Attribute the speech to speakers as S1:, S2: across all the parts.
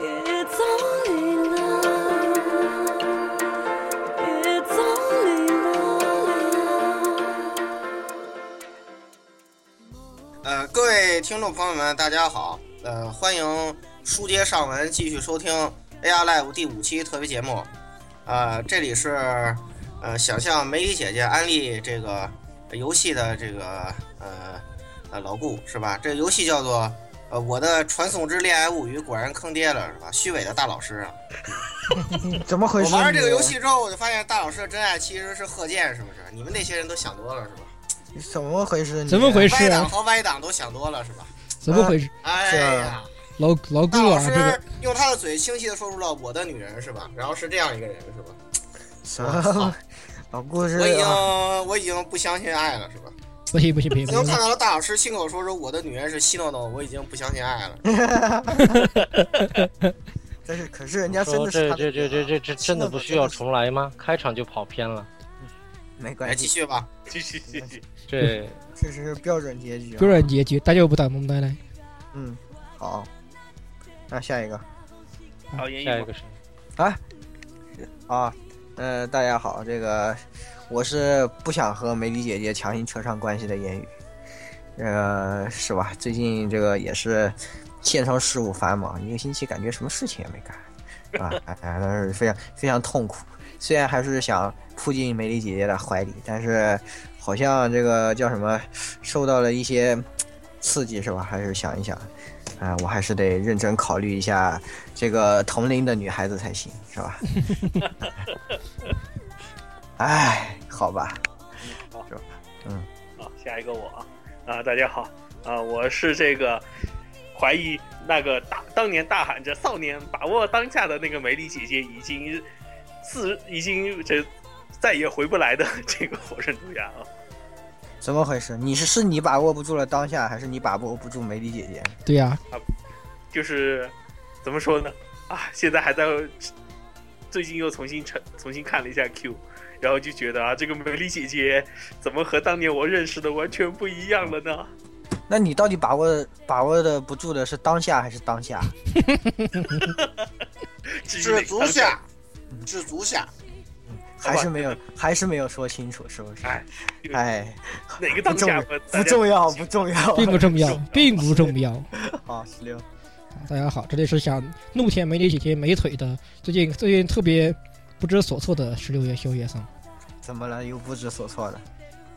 S1: It's only love. It's only love.
S2: 呃，各位听众朋友们，大家好，呃，欢迎书接上文，继续收听 AR Live 第五期特别节目。呃，这里是呃，想向梅里姐姐安利这个游戏的这个呃呃老顾是吧？这游戏叫做呃《我的传送之恋爱物语》，果然坑爹了是吧？虚伪的大老师啊！
S3: 怎么回
S2: 我
S3: 事？
S2: 玩了这个游戏之后，我就发现大老师的真爱其实是贺建，是不是？你们那些人都想多了是吧？
S3: 你怎么回事？你
S4: 怎么回事
S2: 歪党和歪党都想多了是吧？
S4: 怎么回事？
S2: 哎
S3: 是
S2: 呀。
S4: 老老顾
S2: 大老
S4: 啊，
S2: 师
S4: 这个
S2: 用他的嘴清晰的说出了“我的女人”是吧？然后是这样一个人是吧？
S3: 什
S2: 操
S3: 么老故事
S2: 我已经
S3: 啊？
S2: 我已经不相信爱了是吧？
S4: 不行不行不行
S2: 自
S4: 不
S2: 从看
S4: 行，
S2: 到了大老师亲口说出“我的女人是西诺诺”，我已经不相信爱了。
S3: 但是可是人家真
S5: 说
S3: 的啊是
S5: 这
S3: 他
S5: 这这这这这真的不需要重来吗？开场就跑偏了，
S3: 没关
S2: 来继
S3: 系，
S2: 续吧，
S6: 继续继续，
S5: 这
S3: 这是标准结局啊。
S4: 标准结局，大家不打蒙呆来，
S3: 嗯，好，那下一个
S6: 好言
S5: 下一
S6: 语
S5: 个是
S3: 啊，呃，大家好，这个我是不想和梅里姐姐强行扯上关系的言语，呃，是吧？最近这个也是线上事务繁忙，一个星期感觉什么事情也没干，是吧？哎哎，但是非常非常痛苦。虽然还是想扑进梅里姐姐的怀里，但是好像这个叫什么，受到了一些刺激，是吧？还是想一想，啊、我还是得认真考虑一下这个同龄的女孩子才行，是吧？哎，好吧，
S6: 啊，下一个我啊，啊，大家好啊，我是这个怀疑那个大当年大喊着“少年把握当下”的那个美丽姐姐，已经自已经这再也回不来的 这个火神毒牙啊。
S3: 怎么回事？你是是你把握不住了当下，还是你把握不住梅里姐姐？
S4: 对呀、
S6: 就是怎么说呢？啊，现在还在最近又重新重重新看了一下 Q，然后就觉得啊，这个美丽姐姐怎么和当年我认识的完全不一样了呢？
S3: 那你到底把握把握的不住的是当下还是当下？
S6: 至于哪
S2: 知
S6: 个
S2: 足
S6: 当
S2: 下，知足下。
S3: 还是没有，还是没有说清楚，是不是？
S6: 哎
S3: 哎，
S6: 哪个当
S3: 不重
S6: 下
S3: 要
S6: 不
S3: 不重要，啊不重
S2: 哦
S3: 要。
S4: 并不 重要，并不重要。
S3: 好，十六，
S4: 大家好，这里是想怒舔美女姐姐美腿的，最近最近特别不知所措的十六月宵夜桑
S3: 怎么了？又不知所措了。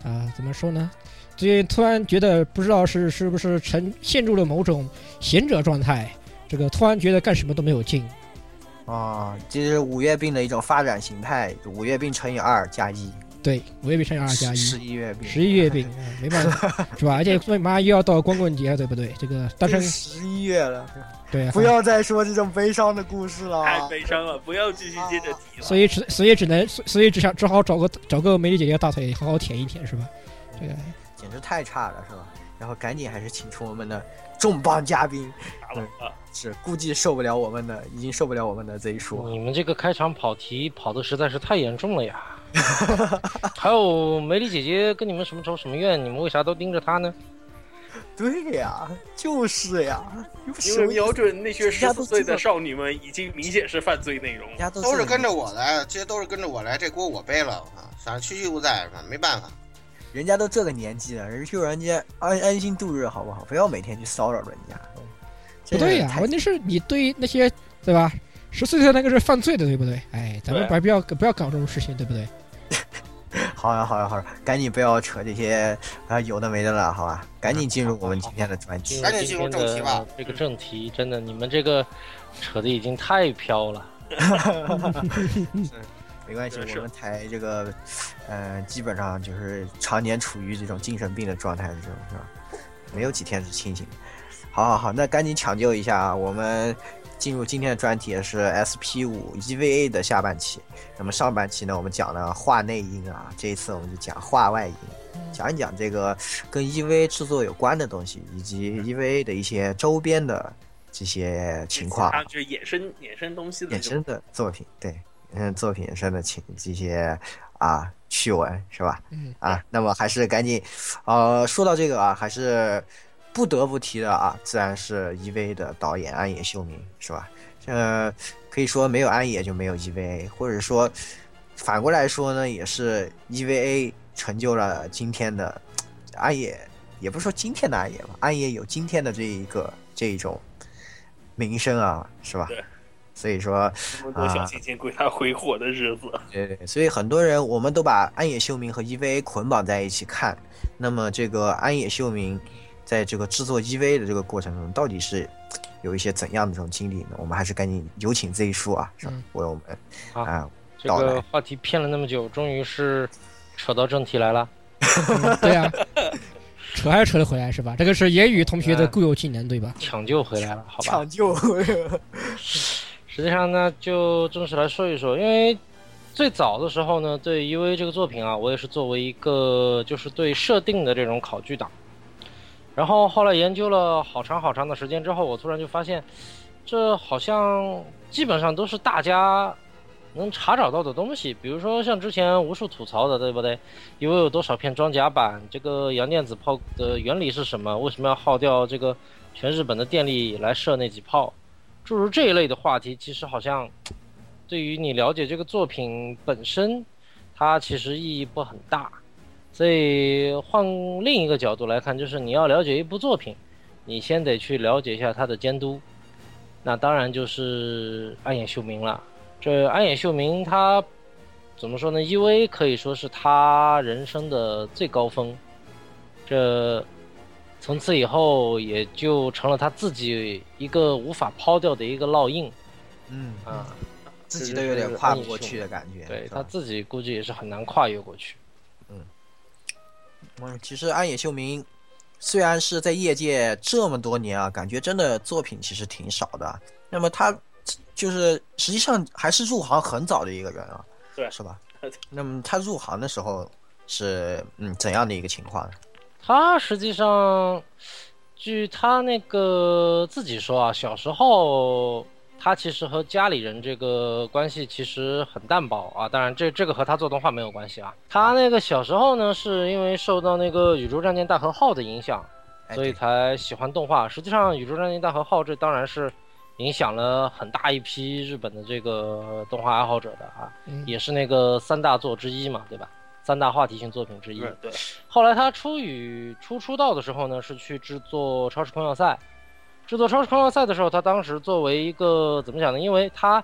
S4: 啊，怎么说呢？最近突然觉得不知道是是不是沉陷入了某种贤者状态，这个突然觉得干什么都没有劲，
S3: 哦，这是五月病的一种发展形态，五月病乘以二加一，
S4: 对，我也被乘以二加一。
S3: 十一月病，
S4: 十一月饼，哎没办法，是吧？而且最马上又要到光棍节，对不对？这个单身
S3: 这十一月了，
S4: 对，啊
S3: 不要再说这种悲伤的故事了
S6: 太
S3: 啊。
S6: 悲伤了，不要继续接着提了。
S4: 所以只所以只能所所以只想只好找个找个美女姐姐大腿好好舔一舔是吧？这个
S3: 简直太差了，是吧？然后赶紧还是请出我们的重磅嘉宾，
S6: 打我啊，
S3: 是估计受不了我们的，已经受不了我们的这一说。
S4: 嗯
S5: 你们这个开场跑题跑的实在是太严重了呀！ 还有梅丽姐姐跟你们什么仇什么怨？你们为啥都盯着她呢？
S3: 对呀，就是呀，有
S6: 因
S3: 什
S6: 为
S3: 么
S6: 瞄准那些
S3: 人家
S6: 十
S3: 都
S6: 四
S3: 知道
S6: 岁的少女们，已经明显是犯罪内容
S3: 人
S6: 了。
S3: 家都
S2: 都是跟
S3: 着，
S2: 着我来，这些都是跟着我来，这锅我背了。我靠，反正区区不在，是吧没办法。
S3: 人家都这个年纪了，人就让人家安安心度日好不好？不要每天去骚扰人家。嗯
S4: 不对呀、
S3: 太
S4: 问题是你对那些对吧？十四岁那个是犯罪的，对不对？哎，咱
S3: 啊
S4: 们
S6: 对
S4: 不要不要搞这种事情，对不对？
S3: 好呀好呀好呀，赶紧不要扯这些啊有的没的了，好吧？赶紧进入我们今天的专辑。
S2: 赶紧进入
S5: 今天
S2: 正题吧
S5: 的这个正题真的，你们这个扯的已经太飘了。
S3: 没关系，
S6: 是
S3: 我们台这个，呃，基本上就是常年处于这种精神病的状态，这种是吧？没有几天是清醒的。好好好，那赶紧抢救一下啊！我们进入今天的专题是 SP 五 EVA 的下半期。那么上半期呢，我们讲了话内音啊，这一次我们就讲话外音，讲一讲这个跟 EVA 制作有关的东西，以及 EVA 的一些周边的这些情况。
S6: 啊，就是衍生衍生东西的
S3: 衍
S6: 这
S3: 生
S6: 种
S3: 的作品，对，嗯，作品衍生的情这些啊趣闻是吧？
S4: 嗯
S3: 啊，那么还是赶紧，呃，说到这个啊，还是不得不提的啊，自然是 EV 的导演安野秀明是吧？呃，可以说没有安野就没有 EVA，或者说反过来说呢，也是 EVA 成就了今天的嘖安野，也不是说今天的安野吧，安野有今天的这一个这一种名声啊，是吧
S6: 对？
S3: 所以说，
S6: 这么
S3: 啊
S6: 多小清新归他挥霍的日子，
S3: 对对，所以很多人我们都把安野秀明和 EVA 捆绑在一起看。那么这个安野秀明在这个制作 EVA 的这个过程中，到底是有一些怎样的这种经历呢？我们还是赶紧有请这一叔啊，是吧
S4: 嗯
S3: 为我们
S5: 好
S3: 啊，
S5: 这
S3: 到
S5: 个
S3: 来
S5: 话题骗了那么久，终于是扯到正题来了。
S4: 嗯对啊，扯还是扯得回来是吧？这个是言语同学的
S5: 哎
S4: 固有技能对吧？
S5: 抢救回来了，好吧？
S3: 救
S5: 实际上呢，就正式来说一说，因为最早的时候呢，对 EVA 这个作品啊，我也是作为一个就是对设定的这种考据党。然后后来研究了好长好长的时间之后，我突然就发现，这好像基本上都是大家能查找到的东西。比如说像之前无数吐槽的，对不对？因为有多少片装甲板，这个洋电子炮的原理是什么？为什么要耗掉这个全日本的电力来射那几炮？诸如这一类的话题，其实好像对于你了解这个作品本身，它其实意义不很大。所以换另一个角度来看，就是你要了解一部作品，你先得去了解一下它的监督，那当然就是暗野秀明了。这暗野秀明他怎么说呢？EVA 可以说是他人生的最高峰，这从此以后也就成了他自己一个无法抛掉的一个烙印
S3: 嗯，
S5: 啊。
S3: 自己都有点跨不过去的感觉。
S5: 对
S3: 是
S5: 他
S3: 吧
S5: 自己估计也是很难跨越过去。
S3: 嗯，其实安野秀明虽然是在业界这么多年啊，感觉真的作品其实挺少的。那么他就是实际上还是入行很早的一个人啊，
S6: 对
S3: 是吧？那么他入行的时候是嗯怎样的一个情况呢？
S5: 他实际上，据他那个自己说啊，小时候他其实和家里人这个关系其实很淡薄啊。当然这，这个和他做动画没有关系啊。他那个小时候呢，是因为受到那个《宇宙战舰大和号》的影响，
S3: 哎
S5: 所以
S3: 对
S5: 才喜欢动画。实际上，《宇宙战舰大和号》这当然是影响了很大一批日本的这个动画爱好者的啊，
S4: 嗯，
S5: 也是那个三大作之一嘛，对吧？三大话题性作品之一。
S6: 对对，
S5: 后来他初与初出道的时候呢，是去制作《超时空要塞》。制作《超时空要塞》的时候，他当时作为一个怎么讲呢？因为他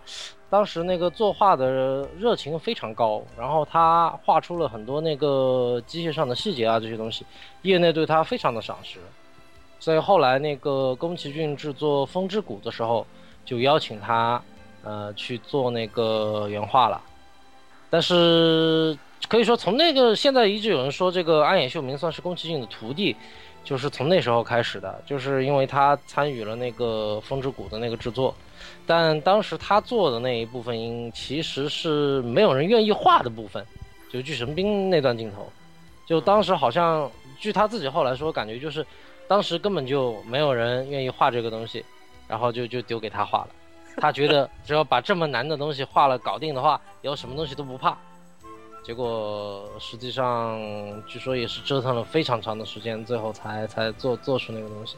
S5: 当时那个作画的热情非常高，然后他画出了很多那个机械上的细节啊这些东西，业内对他非常的赏识。所以后来那个宫崎骏制作《风之谷》的时候，就邀请他呃去做那个原画了。但是可以说从那个现在一直有人说这个安野秀明算是宫崎骏的徒弟，就是从那时候开始的，就是因为他参与了那个《风之谷》的那个制作，但当时他做的那一部分应其实是没有人愿意画的部分，就是巨神兵那段镜头，就当时好像据他自己后来说，感觉就是当时根本就没有人愿意画这个东西，然后就就丢给他画了。他觉得只要把这么难的东西画了搞定的话，以后什么东西都不怕。结果实际上据说也是折腾了非常长的时间，最后才才做做出那个东西。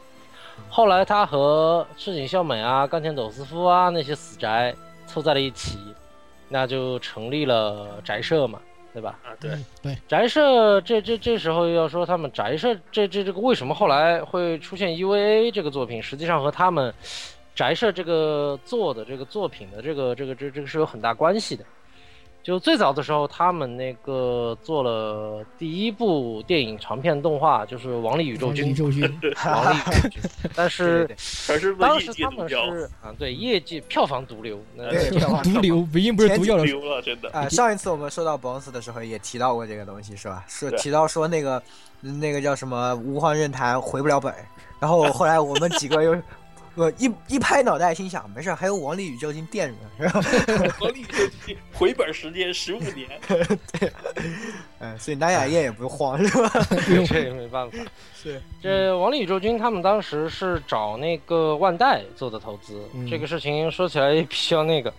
S5: 后来他和赤井孝美啊、冈田斗司夫啊那些死宅凑在了一起，那就成立了宅社嘛，对吧？
S6: 啊对，
S4: 嗯对，
S5: 宅社这这这时候又要说他们宅社这这这个为什么后来会出现 EVA 这个作品，实际上和他们宅社这个做的这个作品的这个这个这这个是有很大关系的。就最早的时候，他们那个做了第一部电影长片动画，就是《王力宇宙军
S4: 宇》。宙军，
S5: 王力宇宙军， 但是
S3: 对
S6: 全是为
S5: 当
S6: 业
S5: 时
S6: 界
S5: 他
S6: 毒
S5: 们
S6: 药，
S5: 是啊，对业界票房毒瘤，那
S6: 对
S3: 对对
S4: 毒瘤，已经不是毒药了，
S6: 丢了真的。
S3: 啊、上一次我们说到 Bones 的时候也提到过这个东西，是吧？说
S6: 对
S3: 提到说那个嗯那个叫什么吾皇任坛回不了本，然后后来我们几个又我一一拍脑袋，心想没事，还有王力宇宙军垫着呢，是吧？
S6: 合力就回本时间十五年，
S3: 嗯，所以南雅叶也不用慌，是吧？
S4: 不用
S5: 这也没办法。
S3: 是，
S5: 这王力宇宙军他们当时是找那个万代做的投资，
S4: 嗯
S5: 这个事情说起来也比较那个，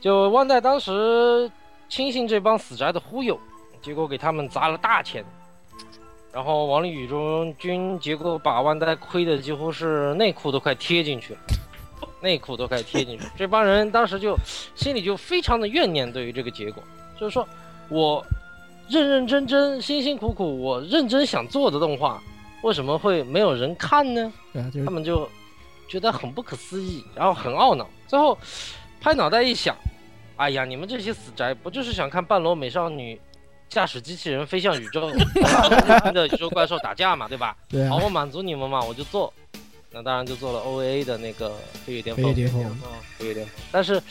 S5: 就万代当时轻信这帮死宅的忽悠，结果给他们砸了大钱。然后王力宇宙军结果把万代亏的几乎是内裤都快贴进去了，内裤都快贴进去。这帮人当时就心里就非常的怨念对于这个结果，就是说我认认真真、辛辛苦苦，我认真想做的动画，为什么会没有人看呢？
S4: 对啊，就
S5: 他
S4: 是
S5: 们就觉得很不可思议，然后很懊恼。最后拍脑袋一想，哎呀，你们这些死宅不就是想看半裸美少女驾驶机器人飞向宇 宙，跟着宇宙怪兽打架嘛，对吧？
S4: 对啊
S5: 好，，我满足你们嘛，我就做。那当然就做了 OVA 的那个《飞跃巅峰
S4: 飞》，
S5: 哦
S4: 跃巅峰
S5: 飞跃巅峰。但是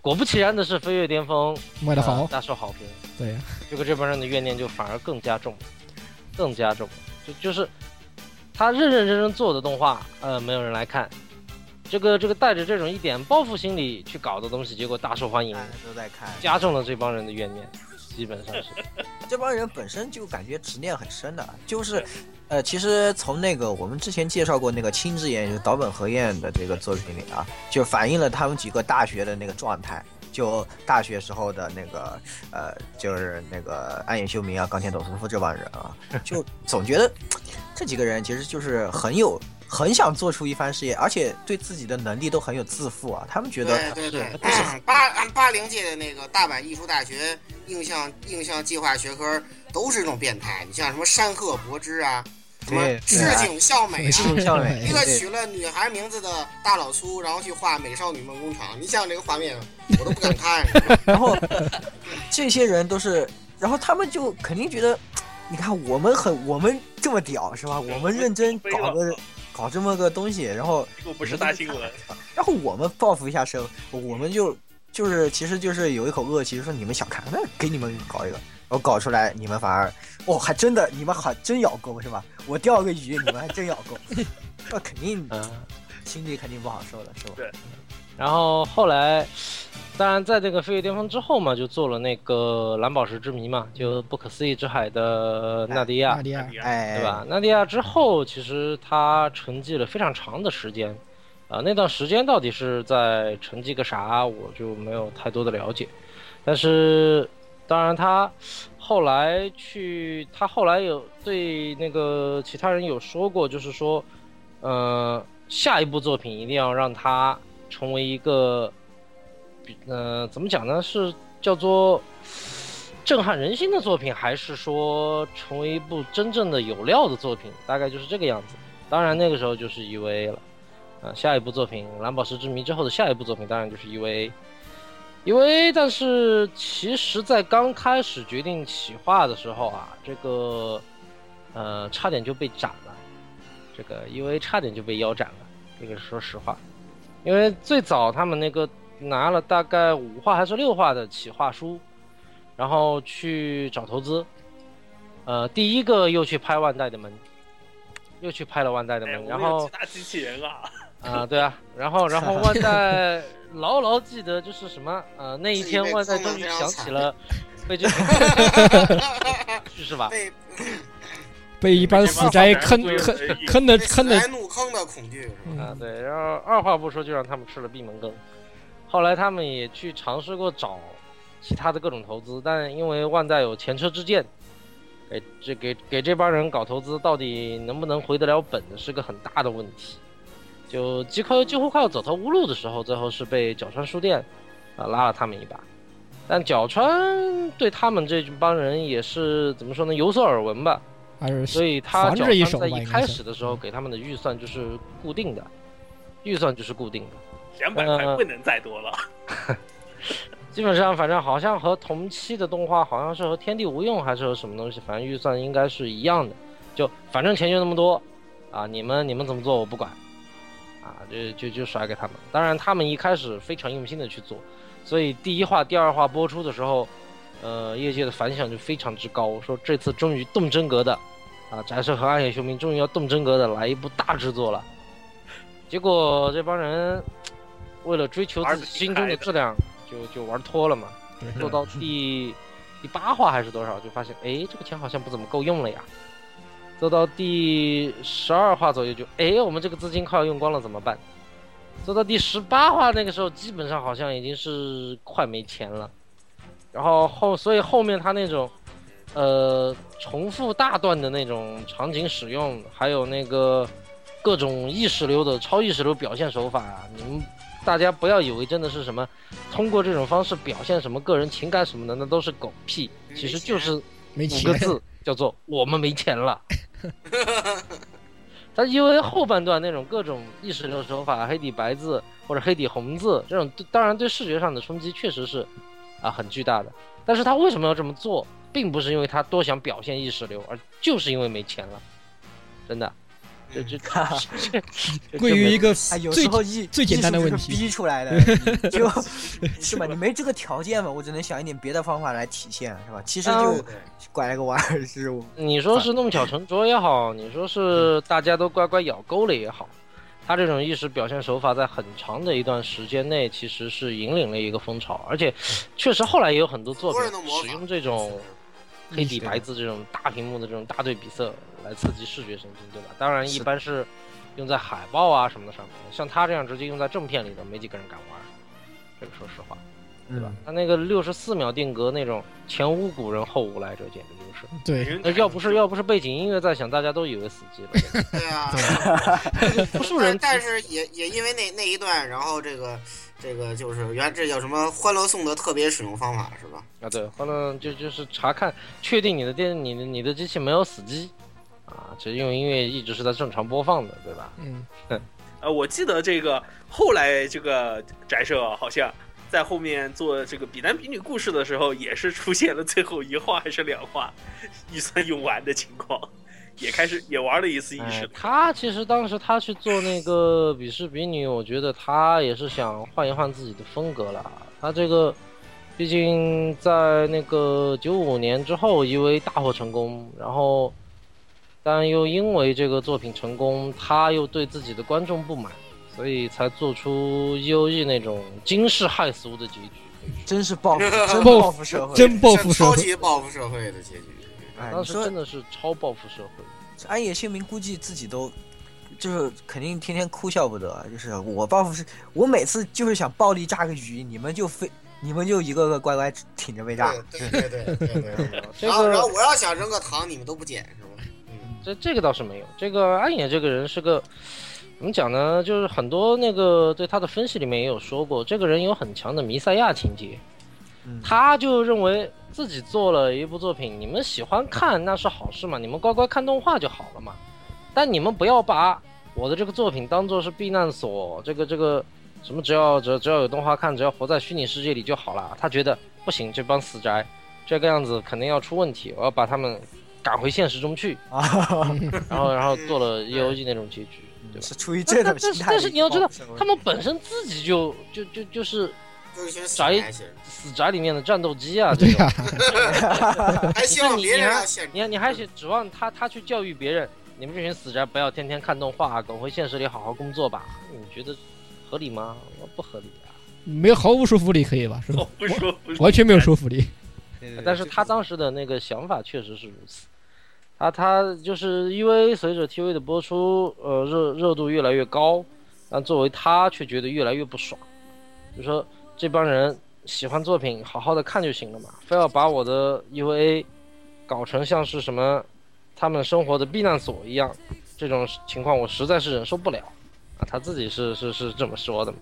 S5: 果不其然的是，《飞跃巅峰》
S4: 卖的好
S5: 呃，大受好评。
S4: 对啊呀，
S5: 结果这帮人的怨念就反而更加重，更加重，就就是他认认真真做的动画，呃，没有人来看，这个这个带着这种一点报复心理去搞的东西，结果大受欢迎
S3: 大，家都在看，
S5: 加重了这帮人的怨念，基本上是。
S3: 这帮人本身就感觉执念很深的，就是，呃，其实从那个我们之前介绍过那个青之眼，就是岛本和彦的这个作品里啊，就反映了他们几个大学的那个状态。就大学时候的那个，呃，就是那个暗野秀明啊、冈田斗司夫这帮人 啊，就总觉得这几个人其实就是很有、很想做出一番事业，而且对自己的能力都很有自负啊。他们觉得
S2: 对对对
S3: 是不是，
S2: 八按八零届的那个大阪艺术大学印象印象计划学科都是这种变态，你像什么山贺博之啊，什么
S3: 对
S2: 赤
S3: 对啊
S2: 井孝美啊，
S3: 是向美
S4: 哎对
S2: 一个取了女孩名字的大老粗，然后去画《美少女梦工厂》，你想这个画面，我都不敢看。
S3: 然后这些人都是，然后他们就肯定觉得，你看我们很我们这么屌是吧？ 我们认真搞个搞这么个东西，然后
S6: 又啊不是大新闻，
S3: 然后我们报复一下社，我们就就是其实就是有一口恶气，说你们想看，那给你们搞一个。然后搞出来，你们反而，哦，还真的，你们还真咬钩是吧？我钓个鱼，你们还真咬 钩，那肯定
S5: 嗯，
S3: 心里肯定不好受的，是吧？
S5: 然后后来，当然在这个飞跃巅峰之后嘛，就做了那个蓝宝石之谜嘛，就不可思议之海的纳迪亚
S4: 纳。迪亚，
S3: 哎，
S5: 对？吧？纳迪亚之后，其实他沉寂了非常长的时间，啊、那段时间到底是在沉寂个啥，我就没有太多的了解。但是，当然他后来去，他后来有对那个其他人有说过，就是说，呃，下一部作品一定要让他成为一个，比呃，怎么讲呢？是叫做震撼人心的作品，还是说成为一部真正的有料的作品？大概就是这个样子。当然那个时候就是 EVA 了，啊、下一部作品《蓝宝石之谜》之后的下一部作品当然就是 E EVA。EVA，但 E 是其实，在刚开始决定企划的时候啊，这个呃差点就被斩了，这个 EVA 差点就被腰斩了，这个是说实话，因为最早他们那个拿了大概五话还是六话的企划书，然后去找投资。呃，第一个又去拍万代的门，又去拍了万代的
S6: 哎，
S5: 门，
S6: 我
S5: 然
S6: 们
S5: 后
S6: 有极大机器人啊，
S5: 啊、对啊，然后然后万代牢牢记得就是什么呃那一
S2: 自己
S5: 天
S2: 被
S5: 万代
S2: 坑得
S5: 终于
S2: 非常
S5: 想起
S2: 惨
S5: 了被这 是 吧？
S2: 被
S4: 被一般死宅坑
S5: 哎
S6: 这帮
S4: 坑
S6: 人也
S4: 坑的
S2: 被
S4: 坑
S2: 死
S4: 的
S2: 来怒坑的恐惧，
S5: 啊，对，然后二话不说就让他们吃了闭门羹。后来他们也去尝试过找其他的各种投资，但因为万代有前车之鉴，给这给给这帮人搞投资，到底能不能回得了本是个很大的问题。就几乎几乎快要走投无路的时候，最后是被角川书店啊、拉了他们一把。但角川对他们这帮人也是怎么说呢？有所耳闻吧，
S4: 还哎是
S5: 所以他
S4: 防
S5: 脚
S4: 着一手
S5: 在
S4: 吧，
S5: 一
S4: 应
S5: 开
S4: 该是
S5: 始的时候给他们的预算就是固定的，预算就是固定的，
S6: 两百
S4: 嗯
S6: 块不能再多了。
S5: 基本上反正好像和同期的动画好像是和《天地无用》还是和什么东西，反正预算应该是一样的，就反正钱就那么多啊，你们你们怎么做我不管啊，就就就甩给他们。当然他们一开始非常用心的去做，所以第一话、第二话播出的时候，呃，业界的反响就非常之高，说这次终于动真格的，啊，宅社和暗夜雄明终于要动真格的来一部大制作了。结果这帮人为了追求自己心中的质量，就就玩脱了嘛，做到第第八话还是多少，就发现哎，这个钱好像不怎么够用了呀。做到第十二话左右就，哎，我们这个资金快要用光了，怎么办？做到第十八话那个时候，基本上好像已经是快没钱了。然后后，所以后面他那种，呃，重复大段的那种场景使用，还有那个各种意识流的超意识流表现手法啊，你们大家不要以为真的是什么通过这种方式表现什么个人情感什么的，那都是狗屁，其实就是
S4: 没
S5: 五
S4: 钱
S5: 个，字，叫做我们没钱了。他因为后半段那种各种意识流手法，黑底白字或者黑底红字这种，当然对视觉上的冲击确实是啊很巨大的。但是他为什么要这么做，并不是因为他多想表现意识流，而就是因为没钱了，真的。这这这这
S4: 归于一个
S3: 哎，有
S4: 最
S3: 时候艺
S4: 最简单的
S3: 艺术
S4: 问
S3: 就是
S4: 题
S3: 逼出来的，就 是吧？你没这个条件嘛，我只能想一点别的方法来体现，是吧？其实
S4: 哦
S3: 就
S5: 嗯
S2: 对
S3: 拐了个弯儿，是我
S5: 你说是弄巧成拙也好，你说是
S4: 嗯
S5: 大家都乖乖咬钩了也好，他这种意识表现手法在很长的一段时间内其实是引领了一个风潮，而
S4: 嗯
S5: 且确实后来也有很多作
S2: 多人都
S5: 品
S2: 模
S5: 使
S2: 仿
S5: 用这种黑
S4: 是
S5: 底
S4: 的
S5: 白字这种大屏幕的这种大对比色来刺激视觉神经，对吧？当然一般是用在海报啊什么的上面，像他这样直接用在正片里头，没几个人敢玩。这个说实话，
S3: 对
S4: 嗯
S3: 吧？
S5: 他那个六十四秒定格那种前无古人后无来者，简直就是。
S4: 对，
S5: 呃要不是要不是背景音乐在响，大家都以为死机了。
S2: 对啊，
S5: 无数人
S2: 但但是也也因为那那一段，然后这个这个就是原这叫什么《欢乐颂》的特别使用方法是吧？
S5: 啊，对，后来就就是查看确定你的电你的你的机器没有死机啊，这用音乐一直是在正常播放的，对吧？
S4: 嗯，
S6: 呃，我记得这个后来这个宅社好像在后面做这个比男比女故事的时候，也是出现了最后一话还是两话预算用完的情况，也开始也玩了一次意识
S5: 哎
S6: 流，
S5: 他其实当时他去做那个比视比女，我觉得他也是想换一换自己的风格了。他这个，毕竟在那个九五年之后，因为大获成功，然后，但又因为这个作品成功，他又对自己的观众不满，所以才做出 E.O.E 那种惊世骇俗的结局。
S3: 真是 报复，
S2: 报
S3: 真
S4: 复
S3: 报复社会。
S4: 真报复
S2: 是
S4: 社
S2: 超
S4: 会，
S2: 级报复社会的结局。
S3: 哎，
S5: 当
S3: 你
S5: 时
S3: 说
S5: 真的是超报复社会。
S3: 安野秀明估计自己都，就是肯定天天哭笑不得。啊就是我报复是，我每次就是想暴力炸个鱼，你们就非你们就一个个乖乖挺着被炸。
S2: 对对对对对对。
S3: 啊
S5: 这
S2: 然后然
S5: 个
S2: 后我要想扔个糖，你们都不捡是吧？嗯，
S5: 这这个倒是没有。这个安野这个人是个怎么讲呢？就是很多那个对他的分析里面也有说过，这个人有很强的弥赛亚情节，
S3: 嗯
S5: 他就认为自己做了一部作品，你们喜欢看那是好事嘛，你们乖乖看动画就好了嘛。但你们不要把我的这个作品当做是避难所，这个这个什么只要只要只要有动画看，只要活在虚拟世界里就好了。他觉得不行，这帮死宅这个样子肯定要出问题，我要把他们赶回现实中去。
S4: 嗯
S3: 啊，
S5: 然后然后做了
S2: 嗯
S5: E O G 那种结局，对吧？
S3: 是出于这种
S5: 但
S3: 心
S5: 但是
S3: 态。
S5: 但是你要知道，他们本
S3: 身
S5: 身自己就就就就是
S2: 就是一群死
S5: 宅
S2: 宅其实
S5: 死宅里面的战斗机啊，
S4: 对呀
S5: 呀、，
S2: 还希望
S5: 你
S2: 别人
S5: 你还
S2: 要嗯现
S5: 你看你还是指望他他去教育别人，你们这群死宅不要天天看动画，滚回现实里好好工作吧？你觉得合理吗？不合理啊！
S4: 没有毫无说服力，可以吧？是吧
S6: 我？不说不说，
S4: 完全没有说服力，
S5: 但是他当时的那个想法确实是如此。他他就是因为随着 TV 的播出，呃，热热度越来越高，但作为他却觉得越来越不爽，就说这帮人喜欢作品，好好的看就行了嘛，非要把我的 UA 搞成像是什么他们生活的避难所一样，这种情况我实在是忍受不了啊！他自己是是是这么说的嘛，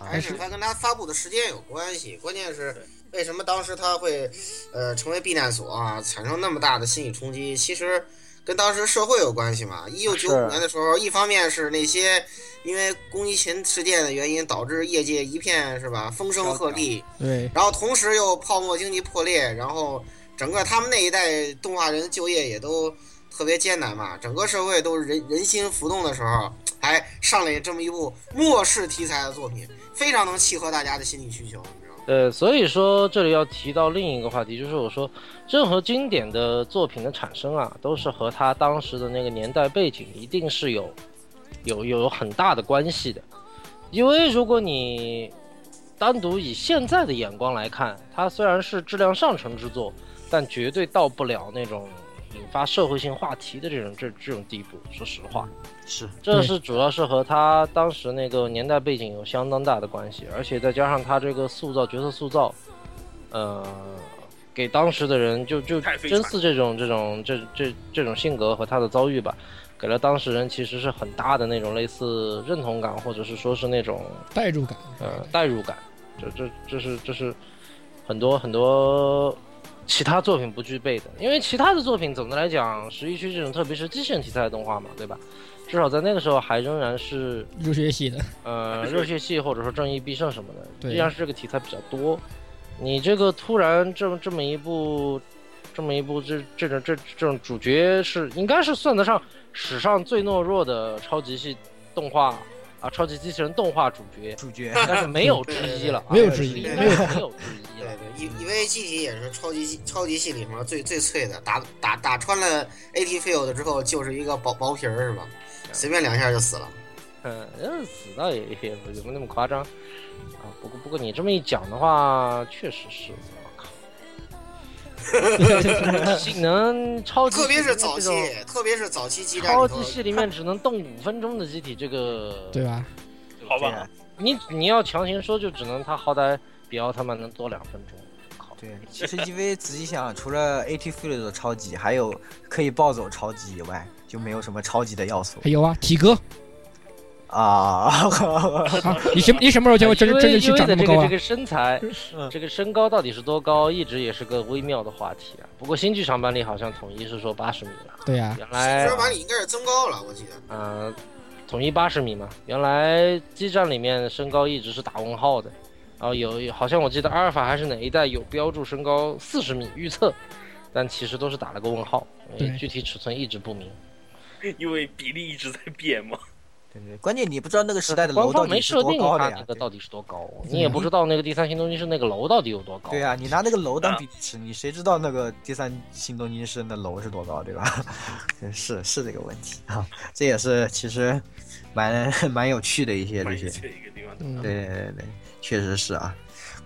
S2: 还是它跟它发布的时间有关系，关键是为什么当时它会，呃，成为避难所啊，产生那么大的心理冲击？其实跟当时社会有关系嘛。一九九五
S3: 是
S2: 年的时候，一方面是那些因为宫崎勤事件的原因，导致业界一片是吧风声鹤唳，
S4: 对，
S2: 然后同时又泡沫经济破裂，然后整个他们那一代动画人就业也都特别艰难嘛，整个社会都是人人心浮动的时候，还上了这么一部末世题材的作品，非常能契合大家的心理需求，你知道吗？
S5: 对，呃所以说这里要提到另一个话题，就是我说，任何经典的作品的产生啊，都是和他当时的那个年代背景一定是有有有有很大的关系的，因为如果你单独以现在的眼光来看，它虽然是质量上乘之作，但绝对到不了那种引发社会性话题的这种这这种地步。说实话，
S3: 是
S5: 这是主要是和他当时那个年代背景有相当大的关系，而且再加上他这个塑造角色塑造，呃，给当时的人，就就
S6: 太非
S5: 真
S6: 常
S5: 嗣这种这种这这这种性格和他的遭遇吧，给了当事人其实是很大的那种类似认同感，或者是说是那种
S4: 代入感。
S5: 呃代入感，这这这是这是很多很多其他作品不具备的，因为其他的作品总的来讲，十一区这种特别是机器人题材的动画嘛，对吧？至少在那个时候还仍然是
S4: 热血系的，
S5: 呃热血系或者说正义必胜什么的，
S4: 对
S5: 依然是这个题材比较多。你这个突然这么这么一部，这么一部这这种这这种主角是应该是算得上史上最懦弱的超级系动画啊，超级机器人动画主角，
S3: 主角
S5: 但是没有之一了啊，
S4: 没有之一
S5: 应该
S4: 没有
S5: 是没有之一
S2: 对
S5: 了。
S2: 对，以以为机体也是超级系超级系里面最最脆的，打打打穿了 AT Field 之后就是一个薄薄皮儿是吧？随便两下就死了。
S5: 嗯，呃死倒也也不也没那么夸张啊。不过不过你这么一讲的话，确实是，我靠， 性能超级
S2: 特别
S5: 性
S2: 是
S5: 能
S2: 早
S5: 这
S2: 期
S5: 种，
S2: 特别是早期基站
S5: 超
S2: 里
S5: 级
S2: 头，
S5: 系里面只能动五分钟的机体，这个
S4: 对吧？
S6: 好吧，
S3: 对啊
S5: 你你要强行说，就只能他好歹比奥特曼能多两分钟。靠，
S3: 对，其实因为仔细想，除了 AT Field 的超级，还有可以暴走超级以外，就没有什么超级的要素
S4: 还有啊，体格
S3: 啊。
S4: 啊，你什么你什么时候见过真
S5: 哎因
S4: 真正
S5: 为
S4: 气
S5: 因为
S4: 长
S5: 的
S4: 那么
S5: 这
S4: 高
S5: 个这
S4: 啊？嗯
S5: 个 身材，这个身高到底是多高，一直也是个微妙的话题啊。不过新剧场版里好像统一是说八十米了，
S4: 对呀，
S5: 原
S2: 这
S5: 来
S2: 玩意应该是增高了，我记得。
S5: 呃，统一八十米嘛，原来基站里面身高一直是打问号的，然后有有好像我记得阿尔法还是哪一代有标注身高四十米预测，但其实都是打了个问号，因为
S4: 对
S5: 具体尺寸一直不明。
S6: 因为比例一直在变嘛。
S3: 对对，关键你不知道那个时代的
S5: 官
S3: 楼到
S5: 方没
S3: 底是
S5: 设
S3: 多
S5: 定
S3: 高
S5: 它
S3: 的
S5: 那
S3: 呀
S5: 个。到底是多高，你
S4: 对啊
S5: 也不知道那个第三行动军是那个楼到底有多高。
S3: 对啊呀、你拿那个楼当比例尺，你谁知道那个第三新东京市那楼是多高，对吧？ 是是这个问题啊，这也是其实蛮 蛮有趣的一些这
S6: 蛮
S3: 些
S6: 有趣的一个地方。
S4: 嗯，
S3: 对对对对，确实是啊。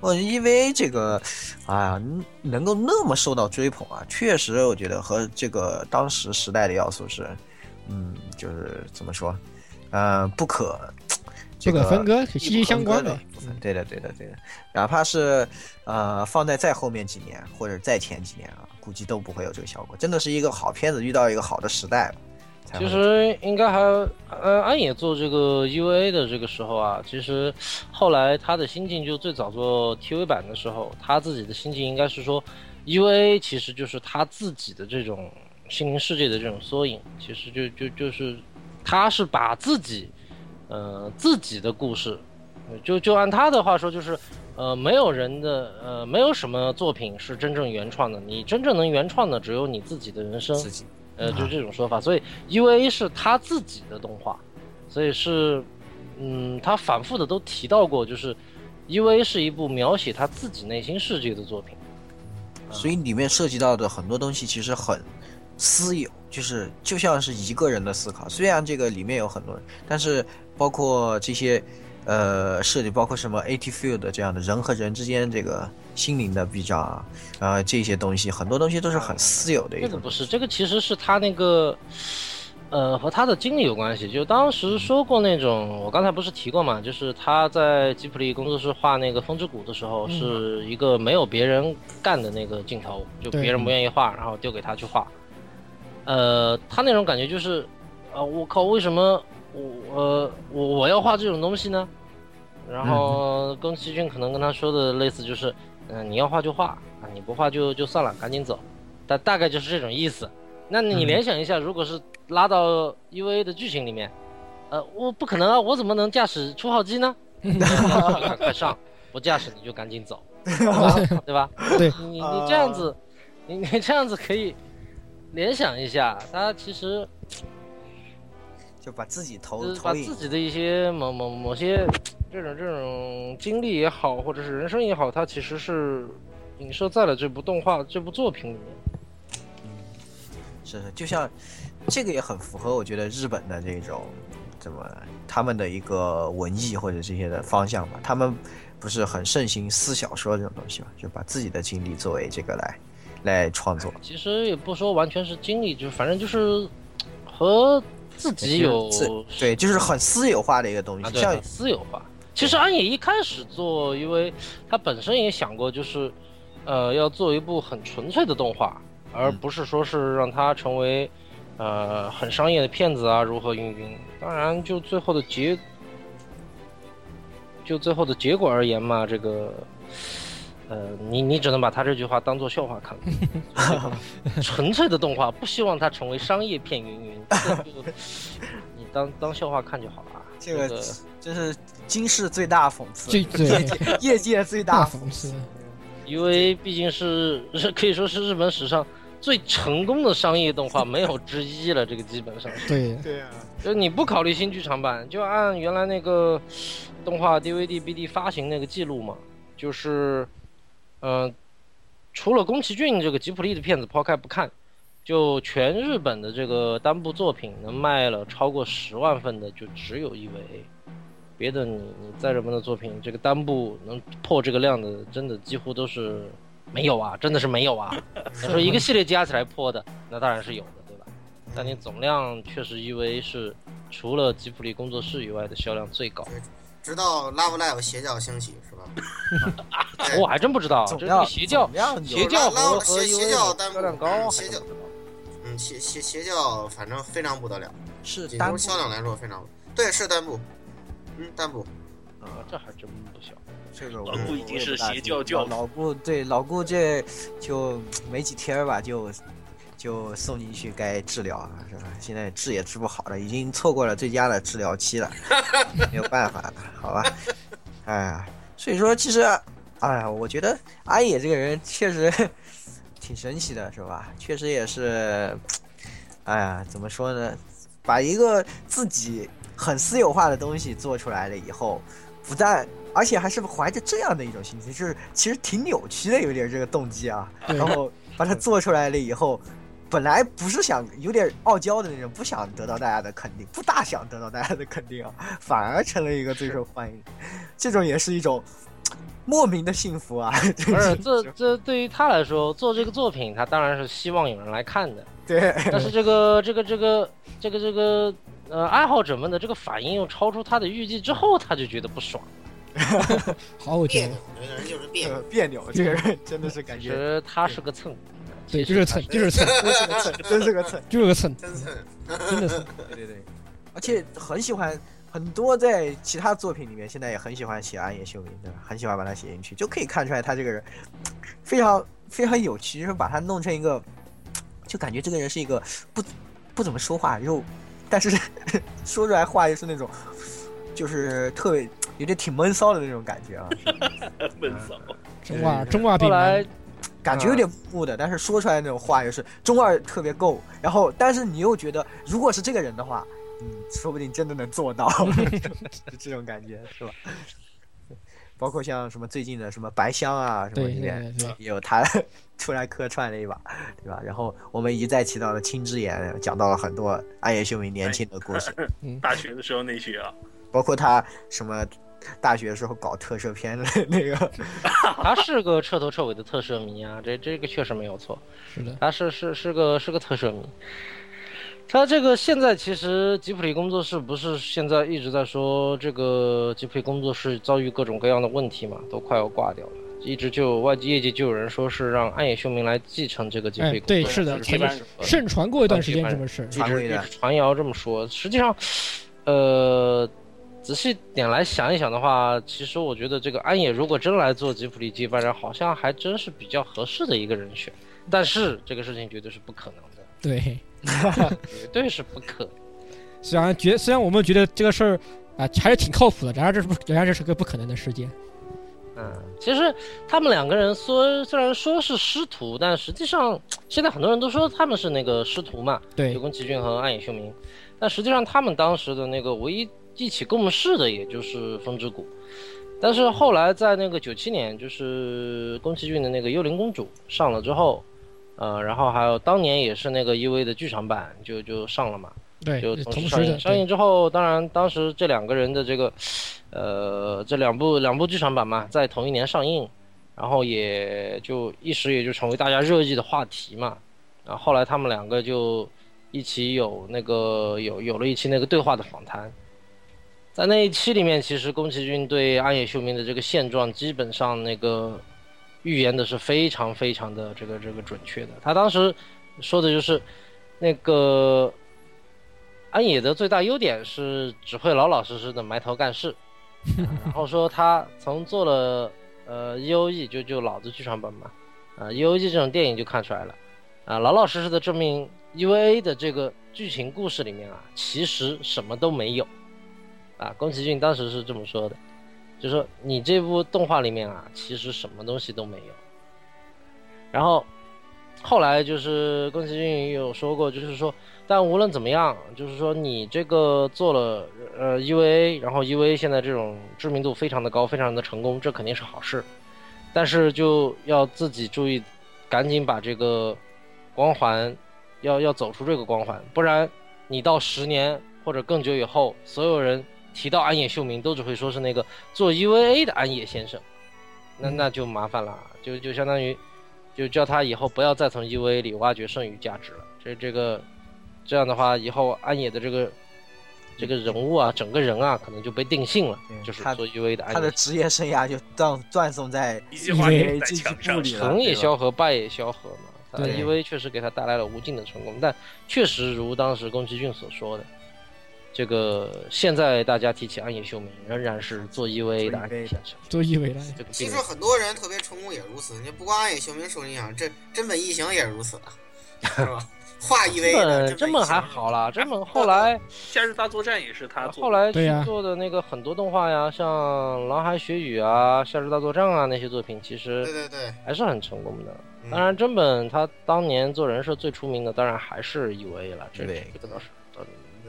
S3: 我因为这个，啊，能能够那么受到追捧啊，确实我觉得和这个当时时代的要素是，嗯，就是怎么说，呃，不可这
S4: 这
S3: 个
S4: 个分割
S3: 密
S4: 息
S3: 不
S4: 息
S3: 可
S4: 相关
S3: 分割
S4: 的
S3: 的。一部分。对的，对的，对的。哪怕是呃放在再后面几年或者再前几年啊，估计都不会有这个效果。真的是一个好片子遇到一个好的时代了，才
S5: 其
S3: 会
S5: 实应该还呃，安野做这个 UA 的这个时候啊，其实后来他的心境就最早做 TV 版的时候，他自己的心境应该是说，UA 其实就是他自己的这种心灵世界的这种缩影，其实就就就是他是把自己呃自己的故事，呃就就按他的话说就是。呃，没有人的，呃，没有什么作品是真正原创的。你真正能原创的，只有你自己的人生。
S3: 自己
S5: 呃，就这种说法。所以 UA 是他自己的动画，所以是，嗯，他反复的都提到过，就是 UA 是一部描写他自己内心世界的作品。
S3: 所以里面涉及到的很多东西其实很私有，就是就像是一个人的思考。虽然这个里面有很多人，但是包括这些呃设计，包括什么 AT Field 这样的人和人之间这个心灵的比较啊，呃这些东西，很多东西都是很私有的一
S5: 这
S3: 种
S5: 个不
S3: 东西。
S5: 是，这个其实是他那个，呃，和他的经历有关系。就当
S3: 嗯
S5: 时说过那种，我刚才不是提过嘛，就是他在吉普力工作室画那个《风之谷》的时候，
S4: 嗯
S5: 是一个没有别人干的那个镜头，就
S4: 对
S5: 别
S3: 嗯
S5: 人不愿意画，然后丢给他去画。呃，他那种感觉就是，啊，我靠，为什么我呃我我要画这种东西呢？
S3: 嗯
S5: 然后宫崎骏可能跟他说的类似就是，嗯、你要画就画啊，你不画就就算了，赶紧走，大大概就是这种意思。那你
S3: 嗯
S5: 联想一下，如果是拉到 UVA 的剧情里面，呃，我不可能啊，我怎么能驾驶初号机呢？赶快上，不驾驶你就赶紧走，对吧？
S4: 对
S5: 你你这样子，你你这样子可以联想一下，他其实
S3: 就把自己投
S5: 就是把
S3: 投影
S5: 自己的一些某某某些这种这种经历也好，或者是人生也好，它其实是影射在了这部动画这部作品里面。
S3: 是是，就像这个也很符合我觉得日本的这种怎么他们的一个文艺或者这些的方向吧，他们不是很盛行私小说这种东西嘛，就把自己的经历作为这个来来创作，
S5: 其实也不说完全是经历，就是反正就是和自己有
S3: 自对，就是很私有化的一个东
S5: 啊，
S3: 西，
S5: 对，
S3: 像
S5: 很私有化。其实安野一开始做，因为他本身也想过，就是呃，要做一部很纯粹的动画，而不是说是让它成为，呃，很商业的骗子啊，如何云云。当然，就最后的结，就最后的结果而言嘛，这个，呃，你你只能把他这句话当做笑话看。纯粹的动画，不希望它成为商业片云云，这个就你当当笑话看就好了啊。
S3: 这个这是今世最大讽刺，
S4: 最最
S3: 业界最
S4: 大
S3: 大讽
S4: 讽刺，
S5: 因为毕竟是是可以说是日本史上最成功的商业动画，没有之一了。这个基本上是，
S4: 对，
S6: 对啊，
S5: 就是你不考虑新剧场版，就按原来那个动画 DVD、BD 发行那个记录嘛，就是，呃，除了宫崎骏这个吉卜力的片子抛开不看，就全日本的这个单部作品能卖了超过十万份的，就只有一维 A。别的你你再什么的作品，这个单部能破这个量的，真的几乎都是没有啊，真的是没有啊。你说一个系列加起来破的，那当然是有的，对吧？但你总量确实 EVA 是除了吉普力工作室以外的销量最高。
S2: 直到 Love Live 邪教兴起是吧？哎
S5: 我还真不知道，
S3: 总
S5: 这
S3: 量
S5: 个邪教
S3: 总量有
S5: 邪教
S2: 拉拉
S5: 和和
S2: 邪邪教
S5: EVA 的
S2: 单
S5: 销量高，
S2: 嗯
S5: 还
S2: 邪
S5: 真
S2: 教
S5: 不 知道
S2: 嗯，邪邪邪教反正非常不得了，
S3: 是
S2: 仅
S3: 单
S2: 从
S3: 部
S2: 销量来说非常不，对，是单部，嗯，单部，
S5: 啊，这还真不小。
S3: 这个我
S6: 老顾已经是邪教教主
S3: 老老顾对老顾这就没几天吧，就就送进去该治疗了，是吧？现在治也治不好了，已经错过了最佳的治疗期 了，没有办法了，好吧？哎呀，所以说其实，哎呀，我觉得阿野这个人确实挺神奇的，是吧？确实也是，哎呀，怎么说呢？把一个自己很私有化的东西做出来了以后，不但而且还是怀着这样的一种心情，就是其实挺扭曲的，有点这个动机啊。
S4: 对
S3: 然后把它做出来了以后，本来不是想有点傲娇的那种，不想得到大家的肯定，不大想得到大家的肯定啊，反而成了一个最受欢迎的。这种也是一种嘖莫名的幸福啊！
S5: 不是，这这对于他来说，做这个作品，他当然是希望有人来看的。
S3: 对，
S5: 但是这个这个这个这个这个呃爱好者们的这个反应又超出他的预计之后，他就觉得不爽。
S4: 好有
S2: 别
S4: 劲
S2: 扭，，有的人就是别
S3: 呃
S2: 扭，
S3: 别扭，这个人真的是感
S5: 其
S3: 觉
S5: 实他是个蹭，
S4: 对，就是蹭，就 是蹭，
S3: 真是个蹭，真是个蹭。
S4: 就是个蹭，
S2: 真是
S4: 真 的蹭，
S3: 对对对，而且很喜欢，很多在其他作品里面，现在也很喜欢写安野秀明，对吧？很喜欢把他写进去，就可以看出来他这个人非常非常有趣，就是把他弄成一个，就感觉这个人是一个不不怎么说话，又但是 说出来话又是那种，就是特别有点挺闷骚的那种感觉啊，
S6: 闷
S3: 嗯
S6: 骚。
S4: 中华中华
S5: 后
S4: 兵
S5: 来
S4: 团，
S3: 感觉有点木的，但是说出来那种话又是中二特别够，然后但是你又觉得如果是这个人的话，嗯，说不定真的能做到，就这种感觉是吧？ 包括像什么最近的什么白香啊什么
S4: 对
S3: 里
S4: 对
S3: 面，
S4: 对对，
S3: 也有他出来客串了一把，对吧？然后我们一再提到了青之眼，讲到了很多暗夜秀明年轻的故事，
S6: 大学的时候那学啊，
S3: 包括他什么大学时候搞特摄片的那个，
S5: 他是个彻头彻尾的特摄迷啊，这这个确实没有错，
S4: 是的，
S5: 他是是是个是个特摄迷。他这个现在其实吉普力工作室不是现在一直在说这个吉普力工作室遭遇各种各样的问题嘛，都快要挂掉了。一直就有外界业界就有人说是让暗野秀明来继承这个吉普
S4: 哎
S5: 力，工作
S4: 对，是
S5: 室
S4: 的，
S6: 一
S4: 曾经
S6: 般
S4: 盛传过一段时间这么事儿，
S5: 一
S3: 传
S5: 直
S3: 闻
S5: 一
S3: 的
S5: 直传谣这么说。实际上，呃，仔细点来想一想的话，其实我觉得这个安野如果真来做吉普力接班人，好像还真是比较合适的一个人选。但是这个事情绝对是不可能的，
S4: 对，
S5: 绝 对是不可能。
S4: 虽然觉虽然我们觉得这个事儿啊还是挺靠谱的，然而这是不然而这是个不可能的事件，
S5: 嗯，其实他们两个人说虽然说是师徒，但实际上现在很多人都说他们是那个师徒嘛，
S4: 对
S5: 有，宫崎骏和暗野秀明，但实际上他们当时的那个唯一一起共事的，也就是风之谷。但是后来在那个九七年，就是宫崎骏的那个《幽灵公主》上了之后，呃，然后还有当年也是那个 EV 的剧场版就就上了嘛，
S4: 对
S5: 就，同
S4: 同
S5: 时
S4: 时
S5: 上
S4: 的，
S5: 映。上
S4: 对
S5: 映之后，当然当时这两个人的这个，呃，这两部两部剧场版嘛，在同一年上映，然后也就一时也就成为大家热议的话题嘛。然后后来他们两个就一起有那个有有了一期那个对话的访谈，在那一期里面，其实宫崎骏对安野秀明的这个现状基本上那个预言的是非常非常的这个这个准确的。他当时说的就是，那个安野的最大优点是只会老老实实的埋头干事，啊然后说他从做了呃 E O E 就就老的剧场版嘛，啊 E O E 这种电影就看出来了，啊老老实实的证明 U A 的这个剧情故事里面啊，其实什么都没有，啊宫崎骏当时是这么说的。就说你这部动画里面啊，其实什么东西都没有。然后后来就是宫崎骏有说过，就是说，但无论怎么样，就是说你这个做了呃 EVA，然后 EVA 现在这种知名度非常的高，非常的成功，这肯定是好事。但是就要自己注意，赶紧把这个光环要要走出这个光环，不然你到十年或者更久以后，所有人提到安野秀明都只会说是那个做 UVA 的安野先生，那那就麻烦了，啊就就相当于就叫他以后不要再从 UVA 里挖掘剩余价值了。这这个这样的话，以后安野的这个这个人物啊，整个人啊，可能就被定性了，
S3: 对
S5: 就是
S3: 他
S5: 做 UVA 的安野。
S3: 他的职业生涯就断断送在
S6: 一句话也在
S3: 这
S6: 墙
S3: 一
S6: 上
S3: 部。里了
S5: 成也萧何，败也萧何嘛。但
S4: 对
S5: EV 确实给他带来了无尽的成功，但确实如当时宫崎骏所说的，这个现在大家提起安野秀明，仍然是做 EV 的安野先生。
S4: 做意味了。
S5: 这个
S2: 其
S5: 并
S2: 实很多人特别成功也如此，你不光安野秀明受影响，这真本一行也是如此啊，是吧？ 画一
S5: 真
S2: 为的
S5: 本真本还好啦，真本后来
S6: 夏日大作战也是
S4: 啊
S6: 他做的，
S5: 后来
S4: 对
S5: 去
S4: 呀
S5: 做的那个很多动画呀，像《狼孩学语》啊，《夏日大作战》啊那些作品，其
S2: 对
S5: 实
S2: 对对，
S5: 还是很成功的。
S2: 嗯
S5: 当然，真本他当年做人设最出名的，当然还是 EVA 了，这
S3: 对
S5: 这个倒是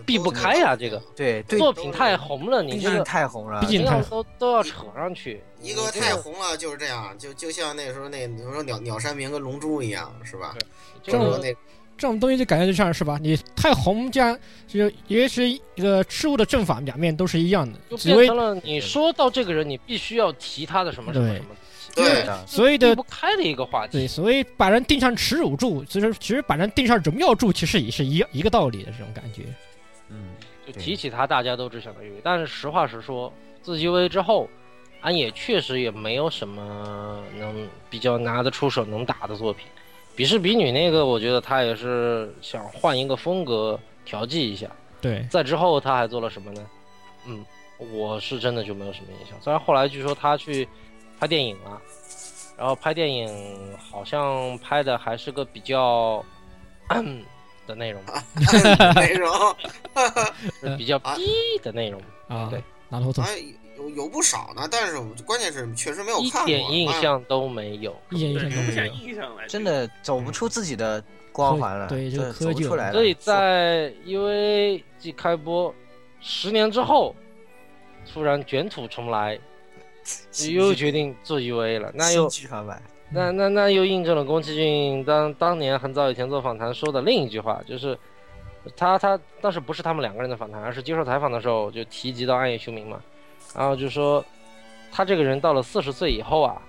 S5: 避不开呀、这个。
S3: 对对，
S5: 作品太红了，
S3: 毕
S5: 你这
S3: 竟
S5: 个
S3: 太红了
S4: 毕，竟
S5: 啊这
S4: 太
S5: 样都都要扯上去。嗯
S2: 一个
S5: 你这
S2: 太红了就是这样，就就像那时候那你说鸟鸟山明跟龙珠一样，是吧？
S5: 这
S2: 就是
S4: 对
S2: 说
S5: 个
S2: 那
S4: 这种东西就感觉就像是吧，你太红，这样就因为是一个事物的正反两面都是一样的，
S5: 就
S4: 只为
S5: 变成了你说到这个人，你必须要提他的什么什么什么，
S2: 对
S3: 的，
S4: 所谓
S5: 避
S4: 的
S5: 不开的一个话
S4: 对，
S5: 题。
S4: 所谓把人定上耻辱柱，其实其实把人定上荣耀柱，其实也是一一个道理的这种感觉。
S3: 嗯，
S5: 就提起他，大家都只想到 UV。但是实话实说，自 UV 之后，安野确实也没有什么能比较拿得出手、能打的作品。比是比女那个，我觉得他也是想换一个风格调剂一下。
S4: 对，
S5: 在之后他还做了什么呢？嗯，我是真的就没有什么印象。虽然后来据说他去拍电影了，然后拍电影好像拍的还是个比较 的内容吧，
S2: 那种
S5: 是比较
S2: 啊
S5: 逼的内容，
S4: 啊，
S5: 对，
S4: 拿头走
S2: 好，像哎有有不少呢，但是我关键是确实没有
S5: 一
S2: 看过，
S5: 点印
S2: 哎
S5: 象都没有。
S4: 一点印象都
S6: 对说不
S4: 没
S6: 下
S4: 有。
S6: 印象来，
S3: 真的走
S5: 嗯
S3: 不出自己的光环了，
S4: 嗯对这个
S3: 这走不
S4: 窠臼
S3: 出来了。
S5: 所以在 EVA 季开播十年之后，突然卷土重来，又决定做 EVA 了，那又
S3: 新剧场版，
S5: 那那那又印证了宫崎骏当当年很早以前做访谈说的另一句话，就是他他当时不是他们两个人的访谈，而是接受采访的时候就提及到暗夜修明嘛，然后就说他这个人到了四十岁以后啊，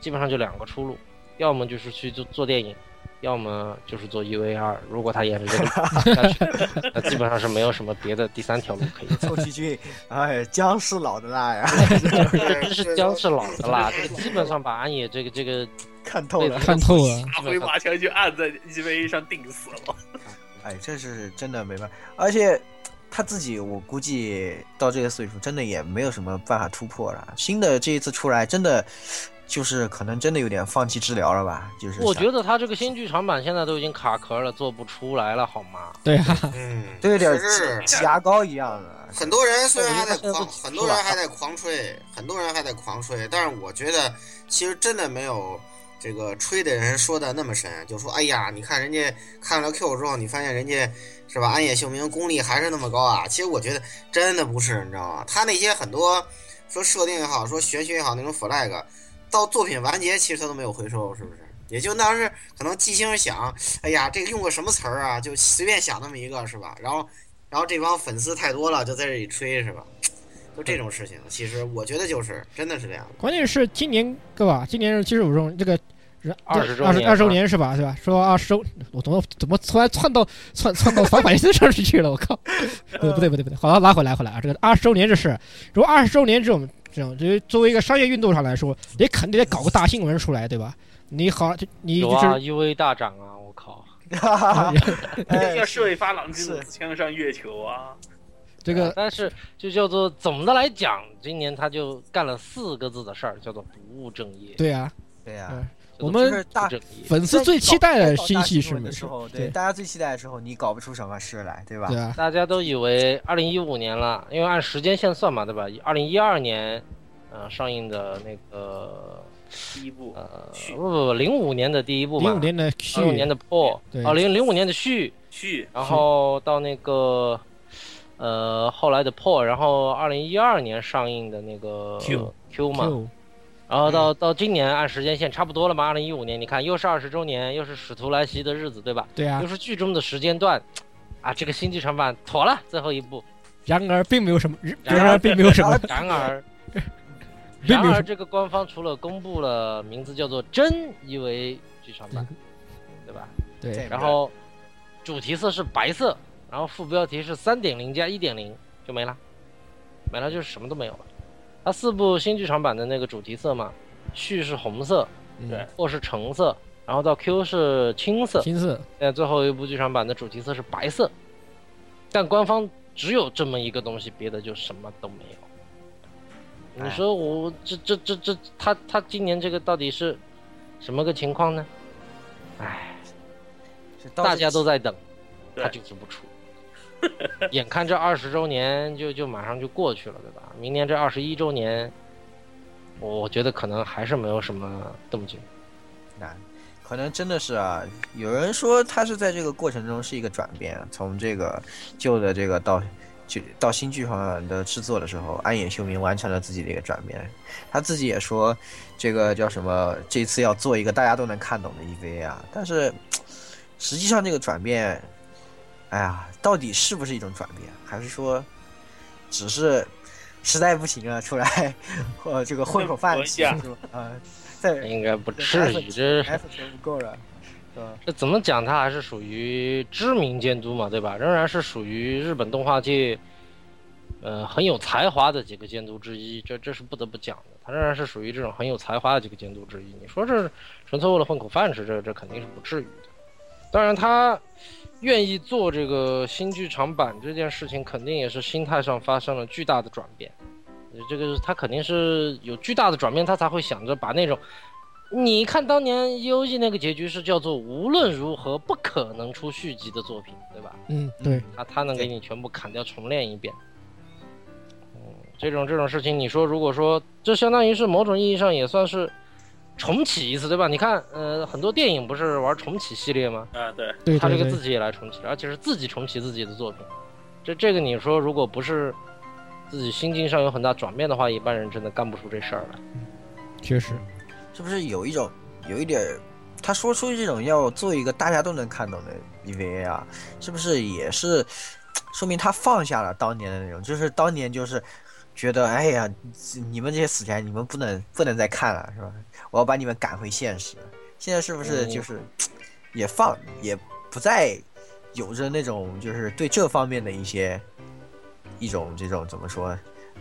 S5: 基本上就两个出路，要么就是去做做电影，要么就是做 UVR。如果他沿着 这个路下去，那基本上是没有什么别的第三条路可以走。
S3: 宫崎骏，哎，僵尸老的辣呀，
S5: 这是僵尸老 的啦，这个基本上把安野这个这个
S3: 看 透了
S5: 对。
S4: 看透了，
S6: 大回拔枪就按在 EVA 上定死了。
S3: 哎，这是真的没办法，而且他自己，我估计到这个岁数，真的也没有什么办法突破了。新的这一次出来，真的就是可能真的有点放弃治疗了吧？就是
S5: 我
S3: 想
S5: 觉得他这个新剧场版现在都已经卡壳了，做不出来了，好吗？
S4: 对啊，
S2: 嗯，
S3: 都有点
S2: 确实是
S3: 挤牙膏一样的。
S2: 很 多人虽然还在
S5: 我觉得他
S2: 狂，
S5: 现在都急
S2: 很多人还在狂吹，很多人还在狂吹，但是我觉得其实真的没有这个吹的人说的那么深，就说哎呀，你看人家看了 Q 之后，你发现人家是吧，安野秀明功力还是那么高啊。其实我觉得真的不是，你知道吗？他那些很多说设定也好，说玄学也好，那种 flag，到作品完结其实他都没有回收，是不是？也就当时可能即兴想，哎呀，这个用个什么词儿啊，就随便想那么一个，是吧？然后然后这帮粉丝太多了，就在这里吹是吧？就这种事情，其实我觉得就是真的是这样的。
S4: 关键是今年对吧？今年是七十五中这个人
S5: 20周
S4: 二十
S5: 年
S4: 二周年是吧？对吧？说二十周，我怎么怎么突然窜到窜窜到反反应上去了？我靠！呃，不对不对不对，好了，拉回来回来啊！这个二十周年这事，如果二十周年这种这种，就是作为一个商业运动上来说，你肯定得搞个大新闻出来，对吧？你好，就你
S5: 有
S4: 就
S5: 啊
S4: 是
S5: ，UV 大涨啊，我靠！
S3: 哈哈哈哎
S6: 要射一发朗基
S3: 是
S6: 努斯枪上月球啊！
S4: 这个
S5: 啊但是就叫做总的来讲，今年他就干了四个字的事儿，叫做不务正业。
S4: 对呀，
S3: 对呀、
S4: 嗯
S5: 叫
S4: 我
S5: 做
S3: 就
S4: 们
S3: 是大
S5: 不务正业
S4: 粉丝嗯最期待的
S3: 搞
S4: 信息
S3: 搞大新
S4: 是
S3: 闻
S4: 没
S3: 的时候，对
S4: 对
S3: 大家最期待的时候，你搞不出什么事来，对吧？
S4: 对啊，
S5: 大家都以为二零一五年了，因为按时间线算嘛，对吧？二零一二年，呃，上映的那个
S6: 第一部
S5: 呃，
S6: 续
S5: 不不不，零五年的第一部嘛，
S4: 零五年的去
S5: 二五年的破
S4: 对，
S5: 啊，零零五年的续，
S6: 续
S5: 然后到那个呃后来的破，然后二零一二年上映的那个
S4: Q 嗯
S5: Q 嘛，
S4: 就
S5: 然后到到今年按时间线差不多了嘛，二零一五年，你看又是二十周年，又是使徒来袭的日子，对吧？
S4: 对啊
S5: 又，是剧中的时间段，啊，这个新剧场版妥了，最后 一部。
S4: 然而并没有什么，
S5: 然而
S4: 然而并没有什么，
S5: 然而，
S4: 并
S5: 然
S4: 没有什么
S5: 而这个官方除了公布了名字叫做“真 EVA 剧场
S4: 嗯
S5: 版”，对吧？
S4: 对
S3: 对
S5: 然后主题色是白色，然后副标题是“三点零加一点零”，就没了，没了就是什么都没有了。它四部新剧场版的那个主题色嘛，序是红色，
S4: 嗯
S6: 对
S5: 或是橙色，然后到 Q 是青色，
S4: 青色
S5: 现在最后一部剧场版的主题色是白色，但官方只有这么一个东西，别的就什么都没有。
S3: 哎
S5: 你说我这这这这他他今年这个到底是什么个情况呢？唉，
S3: 是到
S5: 大
S3: 这
S5: 家都在等，
S6: 对
S5: 他就是不出。 眼看这二十周年就就马上就过去了，对吧？明年这二十一周年，我觉得可能还是没有什么动静。
S3: 难，可能真的是啊。有人说他是在这个过程中是一个转变，从这个旧的这个到就到新剧场的制作的时候，安野秀明完成了自己的一个转变。他自己也说，这个叫什么？这次要做一个大家都能看懂的 EVA 啊。但是实际上这个转变，哎呀，到底是不是一种转变，还是说只是？实在不行啊，出来， 呃，这个混口饭
S6: 混一
S3: 吃
S6: 下
S3: 是吧？啊、在
S5: 应该不至于，这
S3: F 钱不够了，是吧？
S5: 这怎么讲？它还是属于知名监督嘛，对吧？仍然是属于日本动画界，呃，很有才华的几个监督之一。这这是不得不讲的，它仍然是属于这种很有才华的几个监督之一。你说这纯粹为了混口饭吃，这这肯定是不至于的。当然，他愿意做这个新剧场版这件事情，肯定也是心态上发生了巨大的转变。呃这个他肯定是有巨大的转变，他才会想着把那种你看当年 U G 那个结局是叫做无论如何不可能出续集的作品，对吧？
S4: 嗯，对，
S5: 他他能给你全部砍掉重练一遍。嗯，这种这种事情，你说如果说这相当于是某种意义上也算是重启一次，对吧？你看，呃，很多电影不是玩重启系列吗？
S6: 啊，对，
S4: 对
S5: 他这
S4: 对
S5: 个
S4: 对
S5: 自，己也来重启，而且是自己重启自己的作品。这这个你说，如果不是自己心境上有很大转变的话，一般人真的干不出这事儿来。
S4: 确实，
S3: 是不是有一种有一点儿，他说出这种要做一个大家都能看懂的 EVA 啊，是不是也是说明他放下了当年的那种，就是当年就是。觉得哎呀，你们这些死宅，你们不能不能再看了，是吧？我要把你们赶回现实。现在是不是
S5: 嗯
S3: 就是也放也不再有着那种就是对这方面的一些一种这种怎么说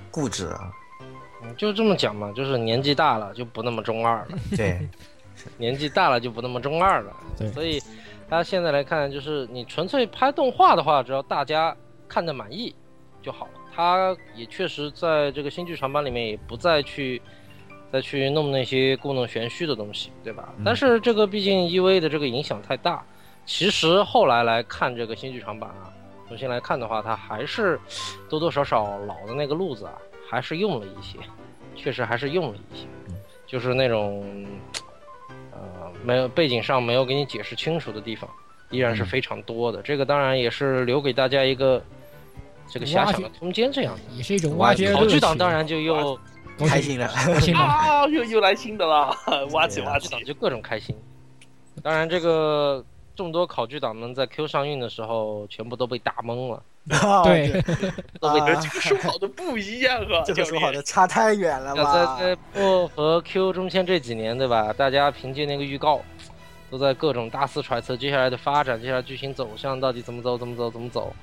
S3: 固执啊？
S5: 嗯就这么讲嘛，就是年纪大了就不那么中二了。
S3: 对，
S5: 年纪大了就不那么中二了
S4: 对，
S5: 所以他现在来看，就是你纯粹拍动画的话，只要大家看得满意就好了。他也确实在这个新剧场版里面也不再去再去弄那些故弄玄虚的东西，对吧？但是这个毕竟 EV 的这个影响太大，其实后来来看这个新剧场版啊，重新来看的话，它还是多多少少老的那个路子啊，还是用了一些，确实还是用了一些，就是那种呃，没有背景上没有给你解释清楚的地方，依然是非常多的。这个当然也是留给大家一个这个遐想的空间，这样的。
S4: 也是一种
S3: 挖
S4: 挖掘
S3: 掘
S5: 考
S4: 乐
S5: 据
S4: 趣。
S5: 党当然就又
S4: 高兴
S3: 开心了
S4: 高兴 了，
S6: 啊，又又来新的啦，挖起挖
S5: 考据
S6: 起，
S5: 党就各种开心。当然，这个众多考据党们在 Q 上映的时候，全部都被打懵了。
S3: 啊，
S4: 对，
S5: 都被
S3: 啊
S6: 这个书好的不一样啊，
S3: 这个
S6: 教
S3: 说
S6: 练
S3: 好的差太远了吧？
S5: 在在薄荷 Q 中间这几年，对吧？大家凭借那个预告，都在各种大肆揣测接下来的发展，接下来剧情走向到底怎么走，怎么走，怎么走。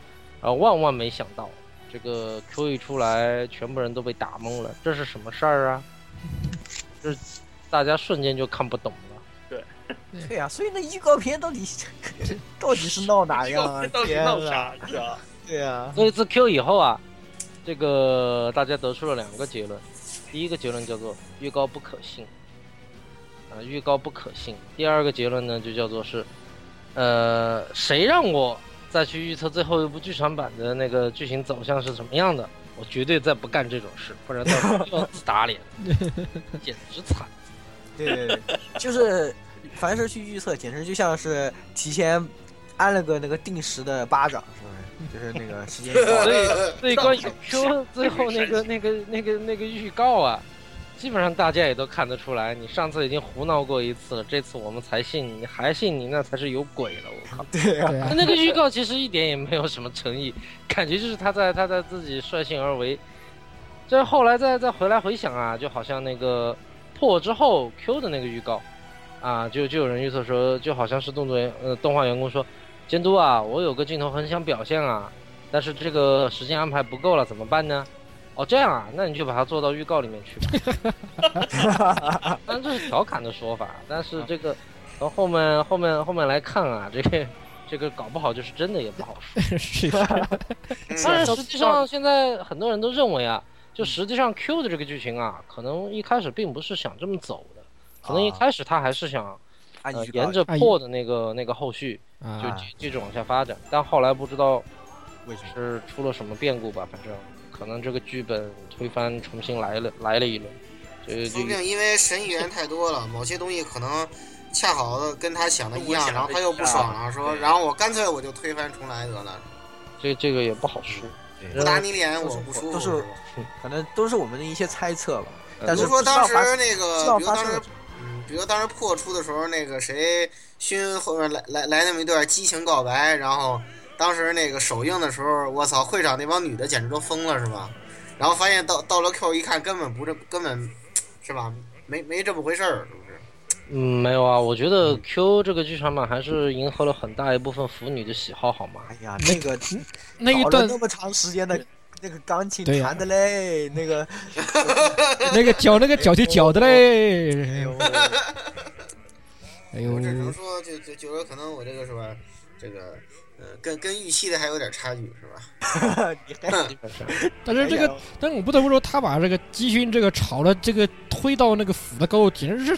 S5: 然后万万没想到，这个 Q 一出来，全部人都被打懵了，这是什么事儿啊？这大家瞬间就看不懂了。
S3: 对呀、所以那预告片到底到底是闹哪样啊
S6: 这？到底
S3: 天
S6: 闹
S3: 啊！
S6: 啥是吧？
S3: 对呀、
S5: 所以自 Q 以后啊，这个大家得出了两个结论，第一个结论叫做预告不可信，啊，预告不可信。第二个结论呢，就叫做是，呃，谁让我再去预测最后一部剧场版的那个剧情走向是什么样的？我绝对再不干这种事，不然到时候又要自打脸，简直惨。
S3: 对对对， 就是凡是去预测，简直就像是提前按了个那个定时的巴掌，是不是？就是那个时间一到
S5: 所
S3: 了，
S5: 以，所以关于 Q 最后那个、那个、那个、那个预告啊，基本上大家也都看得出来，你上次已经胡闹过一次了，这次我们才信你，还信你，那才是有鬼了，我靠！
S3: 对呀、
S4: 对啊
S5: 那，那个预告其实一点也没有什么诚意，感觉就是他在他在自己率性而为。这后来再再回来回想啊，就好像那个破之后 Q 的那个预告啊，就就有人预测说，就好像是动作员呃动画员工说，监督啊，我有个镜头很想表现啊，但是这个时间安排不够了，怎么办呢？哦，这样啊，那你就把它做到预告里面去吧。 当然这是调侃的说法，但是这
S4: 啊
S5: 个从后面后面后面来看啊，这个这个搞不好就是真的也不好 说。
S4: 是是，
S3: 啊
S5: 当然，
S2: 嗯，
S5: 实际上现在很多人都认为啊，
S3: 嗯
S5: 就实际上 Q 的这个剧情啊，可能一开始并不是想这么走的，可能一开始他还是想
S3: 啊按
S5: 呃
S3: 预告
S5: 沿着破的那个那个后续就
S4: 啊，
S5: 继继续往下发展，但后来不知道
S3: 为什么？
S5: 是出了什么变故吧，反正可能这个剧本推翻，重新来了来了一轮，就
S2: 说
S5: 就
S2: 不定因为神预言太多了，某些东西可能恰好跟他想的一样，然后他又不爽了，说，然后我干脆我就推翻重来得了，
S5: 这这个也不好说。嗯
S2: 不打你脸我不舒服
S3: 都是。可能都是我们的一些猜测吧。但
S2: 呃比
S3: 是
S2: 如说当时
S3: 不知道
S2: 那个，
S3: 发知道
S2: 比如
S3: 发
S2: 当
S3: 生
S2: 时
S3: 了，
S2: 嗯，比如当时破出的时候，那个谁勋后面来来来那么一段激情告白，然后当时那个首映的时候，我操，会场那帮女的简直都疯了是吧？然后发现到到了 Q 一看，根本不是根本是吧？没没这么回事儿，是不是？
S5: 嗯，没有啊，我觉得 Q 这个剧场版还是迎合了很大一部分腐女的喜好，好吗？
S3: 哎呀，那个
S4: 那一
S3: 搞了
S4: 段
S3: 那么长时间的那个钢琴
S4: 对呀
S3: 弹的嘞，那个
S4: 那个脚那个脚就脚的
S3: 哎
S4: 嘞，
S3: 呦，
S4: 哎呦
S2: 我，只能说，就就就说可能我这个是吧，这个呃，跟跟预期的还有点差距是吧？
S3: 你还
S5: 基本上，
S4: 但是这
S3: 哎
S4: 个，但是我不得不说，他把这个集训这个炒了，这个推到那个腐的高度，简直是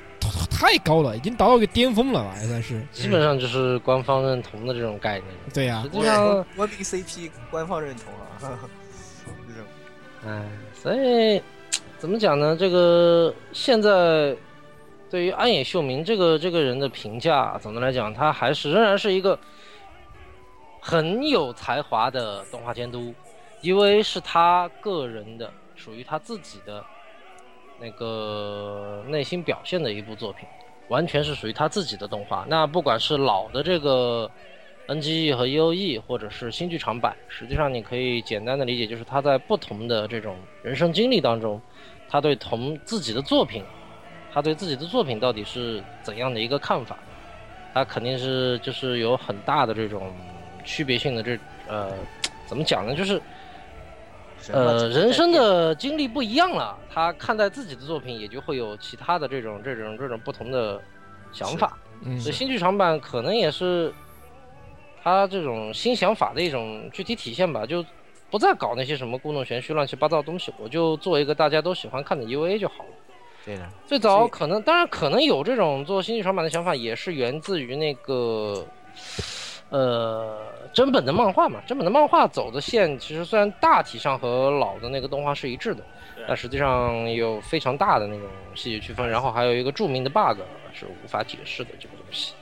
S4: 太高了，已经达到一个巅峰了吧，也算是。
S5: 基本上就是官方认同的这种概念。
S4: 对啊呀
S5: 实、际上，
S3: 国民 CP 官方认同啊，
S5: 哎，所以怎么讲呢？这个现在对于安野秀明这个这个人的评价，总的来讲，他还是仍然是一个很有才华的动画监督，因为是他个人的，属于他自己的那个内心表现的一部作品，完全是属于他自己的动画。那不管是老的这个 NGE 和 EOE，或者是新剧场版，实际上你可以简单的理解，就是他在不同的这种人生经历当中，他对同自己的作品，他对自己的作品到底是怎样的一个看法，他肯定是就是有很大的这种区别性的这呃，怎么讲呢？就是呃，人生的经历不一样了，他看待自己的作品也就会有其他的这种这种这种不同的想法。
S4: 嗯
S5: 所以新剧场版可能也是他这种新想法的一种具体体现吧，就不再搞那些什么故弄玄虚、乱七八糟的东西，我就做一个大家都喜欢看的 UA 就好了。
S3: 对的，
S5: 最
S3: 所
S5: 早
S3: 以
S5: 可能，当然可能有这种做新剧场版的想法，也是源自于那个，呃，真本的漫画嘛。真本的漫画走的线，其实虽然大体上和老的那个动画是一致的
S6: 对，
S5: 但实际上有非常大的那种细节区分。然后还有一个著名的 bug 是无法解释的这个东西，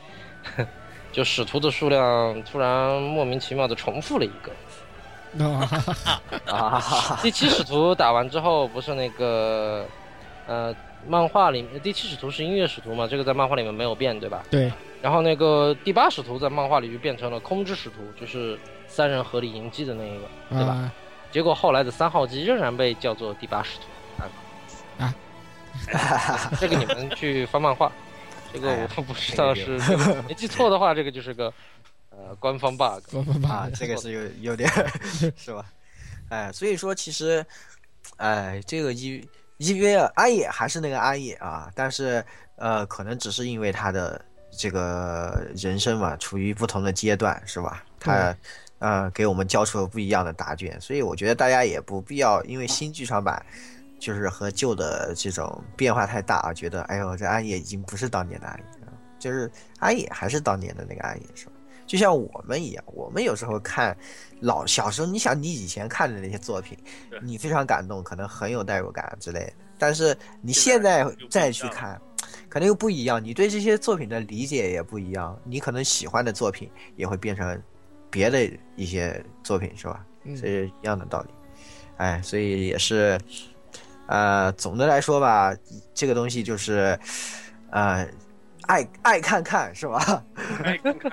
S5: 就使徒的数量突然莫名其妙的重复了一个。
S4: 啊，
S3: 啊，
S5: 第七使徒打完之后，不是那个，呃，漫画里面第七使徒是音乐使徒嘛？这个在漫画里面没有变，对吧？
S4: 对，
S5: 然后那个第八使徒在漫画里就变成了空之使徒，就是三人合力迎击的那一个，对吧？
S4: 啊
S5: 结果后来的三号机仍然被叫做第八使徒啊。
S4: 啊，
S5: 这个你们去翻漫画，这个我不知道是，哎这个没记错的话，这个就是个呃官方 bug。
S4: 我们把
S3: 啊，这个是有有点是吧？哎，所以说其实，哎，这个 E E V 阿野还是那个阿野啊，但是呃，可能只是因为他的这个人生嘛，处于不同的阶段，是吧？他呃给我们交出了不一样的答卷，所以我觉得大家也不必要因为新剧场版。就是和旧的这种变化太大啊，觉得哎呦，这阿野已经不是当年的阿野了，就是阿野还是当年的那个阿野，是吧？就像我们一样，我们有时候看老小时候，你想你以前看的那些作品
S6: 对，
S3: 你非常感动，可能很有代入感之类的。但是你
S6: 现
S3: 现
S6: 在
S3: 在
S6: 就不一
S3: 再
S6: 样
S3: 去
S6: 了
S3: 看，可能又不一样，你对这些作品的理解也不一样，你可能喜欢的作品也会变成别的一些作品，是吧？
S4: 嗯
S3: 这是一样的道理。哎，所以也是，呃，总的来说吧，这个东西就是，呃，爱爱看看是吧？
S6: 哎，看看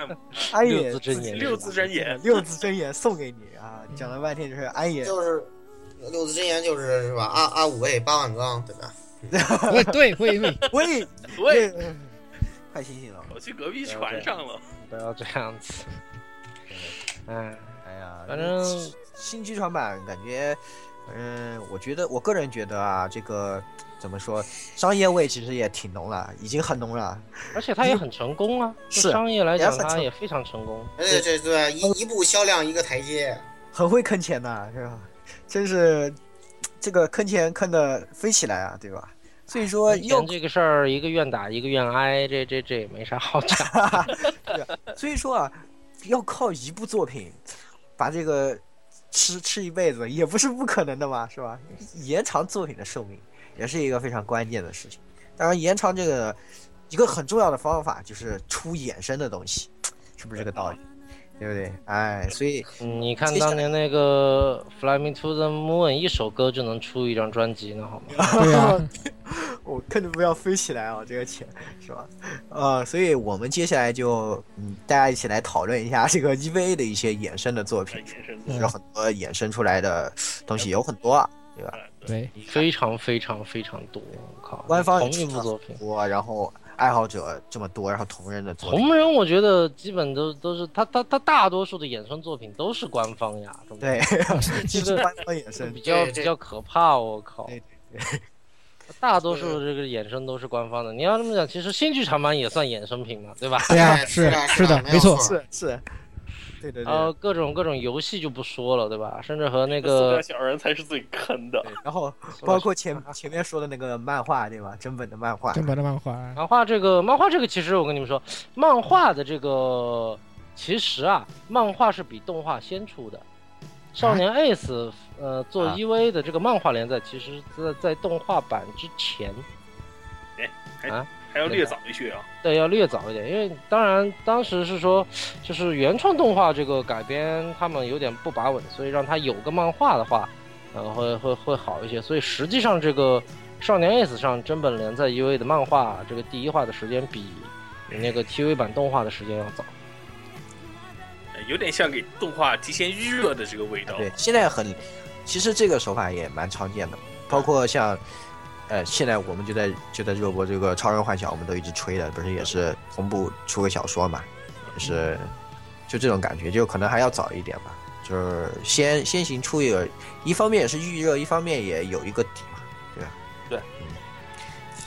S3: 爱
S5: 六
S3: 也
S5: 字真言
S6: 六字真言，
S3: 六字真言送给你啊！讲了半天就是 安也，
S2: 就是六字真言，就是是吧？阿阿五味八万钢，对吧？
S4: 对对会会，
S3: 喂
S6: 喂，，
S3: 嗯快醒醒了！
S6: 我去隔壁
S3: 啊
S6: 船上了。
S5: 不要这样子。嗯，
S3: 哎呀，
S5: 反正
S3: 新新剧场版感觉，嗯，我觉得我个人觉得啊，这个怎么说，商业味其实也挺浓了，已经很浓了。
S5: 而且它也很成功啊，就是商业来讲
S3: 也很
S5: 它
S3: 成哎
S5: 也非常成功。
S2: 而且这对一一步销量一个台阶，
S3: 很会坑钱呐，是吧？ 真是这个坑钱坑的飞起来啊，对吧？所以说
S5: 以前
S3: 又
S5: 这个事儿一个愿打一个愿挨，这这这也没啥好 讲。
S3: 所以说啊，要靠一部作品把这个吃吃一辈子也不是不可能的嘛，是吧？延长作品的寿命也是一个非常关键的事情。当然，延长这个一个很重要的方法就是出衍生的东西，是不是这个道理？对不对？哎，所以
S5: 嗯你看
S3: 接下来
S5: 当年那个《Fly Me to the Moon》，一首歌就能出一张专辑呢，好 吗？
S4: 对啊，
S3: 我看着不要飞起来啊，这个钱是吧？呃，所以我们接下来就嗯，大家一起来讨论一下这个 EVA 的一些衍生的作品，
S6: 眼神
S3: 有很多衍生出来的东西有很多啊，对吧？
S4: 对，
S5: 非常非常非常多，我靠！
S3: 官方
S5: 同
S3: 也
S5: 一
S3: 出
S5: 部
S3: 了
S5: 作品
S3: 很，多，然后爱好者这么多，然后同人的作品，
S5: 同人我觉得基本都都是他他他大多数的衍生作品都是官方呀，中国
S3: 对，
S5: 这
S3: 其实
S5: 个
S3: 官方衍
S5: 这个
S3: 生
S5: 比较
S2: 对
S5: 比
S2: 这
S5: 较可怕，我靠
S3: 对！
S5: 大多数这个衍生都是官方的，你要这么讲，其实新剧场版也算衍生品嘛，对吧？
S4: 对啊
S2: 哎
S4: 是
S2: 的，
S4: 是
S2: 的
S4: 的，
S2: 没
S4: 没
S2: 有
S4: 错，
S3: 是是，对对对。
S5: 呃，各种各种游戏就不说了，对吧？甚至和那
S6: 塑料
S5: 个
S6: 小人才是最坑的
S3: 对。然后
S5: 塑料
S3: 包括前前面说的那个漫画，对吧？真本的漫画，
S4: 真本的漫画，
S5: 漫画这个漫画这个，其实我跟你们说，漫画的这个其实啊，漫画是比动画先出的。少年 Ace，、呃，做
S3: 啊
S5: EV 的这个漫画连载，其实在在动画版之前，
S6: 还要略早一些啊。
S5: 对，要略早一点，因为当然当时是说，就是原创动画这个改编，他们有点不把稳，所以让他有个漫画的话，呃，会会会好一些。所以实际上这个《少年 S》上真本连载 EVA 的漫画，这个第一话的时间比比那个 TV 版动画的时间要早。
S6: 有点像给动画提前预热的这个味道。
S3: 对，现在很，其实这个手法也蛮常
S6: 嗯
S3: 见的，包括像，呃，现在我们就在就在热播这个《超人幻想》，我们都一直吹的，不是也是
S6: 嗯
S3: 同步出个小说嘛，就是就这种感觉，就可能还要早一点吧，就是先先行出一个，一方面也是预热，一方面也有一个底嘛，对吧？
S6: 对
S3: 嗯，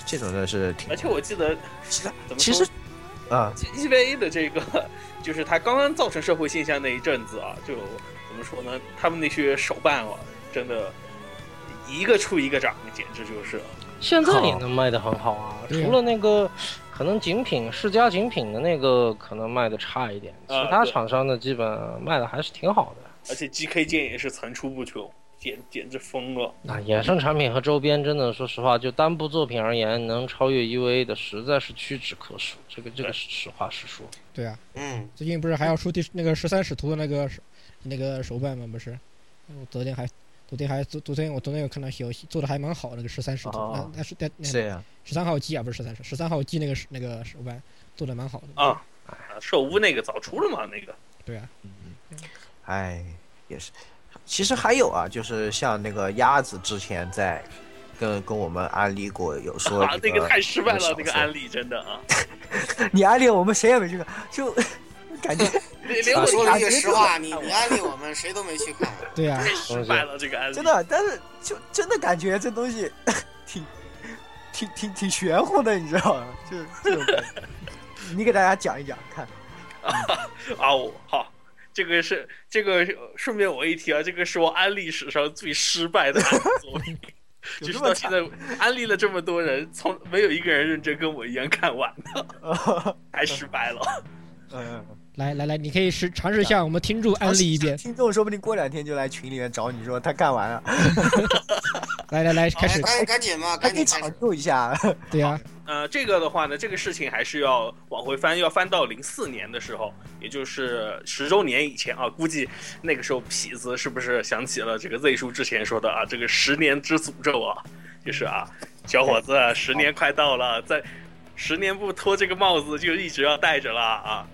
S3: 这种真的是挺，
S6: 而且我记得
S3: 其实
S6: 怎么
S3: 其
S6: 说
S3: 实啊、
S6: EVA 的这个， 就是它刚刚造成社会现象那一阵子啊，就怎么说呢？他们那些手办啊，真的一个出一个涨，简直就是。
S5: 现在也能卖得很好啊，
S4: 对啊
S5: 除了那个可能精品世家精品的那个可能卖的差一点，其
S6: 啊
S5: 他
S6: 对
S5: 厂商的基本卖的还是挺好的。
S6: 而且 GK 键也是层出不穷，简简直疯了。
S5: 那啊衍生产品和周边真的，说实话，就单部作品而言，能超越 EVA 的实在是屈指可数。这个这个是实话实说。
S4: 对啊，
S2: 嗯，
S4: 最近不是还要出第那个十三使徒的那个手那个手办吗？不是，我昨天还昨天还昨昨天我昨天有看到消息，做的还蛮好，那个十三使徒，
S3: 哦
S4: 那那是那那
S3: 是这样，
S4: 十三号机啊，不是十三，十三号机那个是那个手办做的蛮好的。
S6: 啊，啊，兽屋那个早出了嘛，那个
S4: 对啊，
S3: 哎，也是。其实还有啊，就是像那个鸭子之前在跟跟我们安利过，有说
S6: 啊，那个太失败了，那
S3: 那
S6: 个
S3: 个
S6: 案例真的 啊，
S3: 例，你安利我们谁也没去看，就感觉
S6: 连连
S2: 我
S6: 我
S2: 啊说了一句
S6: 打
S2: 实话，你你安利我们谁都没去看，
S4: 对啊，
S6: 太 失败了，这个案例
S3: 真的，但是就真的感觉这东西挺挺挺挺玄乎的，你知道吗？就是这种感觉。你给大家讲一讲，看
S6: 啊，我好，这个是这个是顺便我一提啊，这个是我安利史上最失败的案例作品。
S3: 有
S6: 就是
S3: 这
S6: 到
S3: 么
S6: 现
S3: 惨
S6: 在，安利了这么多人，从没有一个人认真跟我一样看完的，
S3: 啊？
S6: 太失败了。
S3: 嗯，
S4: 来来来，你可以试尝试向我们听众安利一遍。
S3: 听众说不定过两天就来群里面找你说他干完了，
S4: 来来来，开
S2: 哎
S4: 始，
S2: 赶赶紧吧，
S3: 还
S2: 赶
S3: 可以
S2: 紧开
S3: 抢
S2: 始。
S3: 救一下。
S4: 对啊，
S6: 呃，这个的话呢，这个事情还是要往回翻，要翻到零四年的时候，也就是十周年以前啊。估计那个时候痞子是不是想起了这个 Z 叔之前说的啊，这个十年之诅咒啊，就是啊，小伙子，十年快到了，在十年不脱这个帽子就一直要戴着了啊。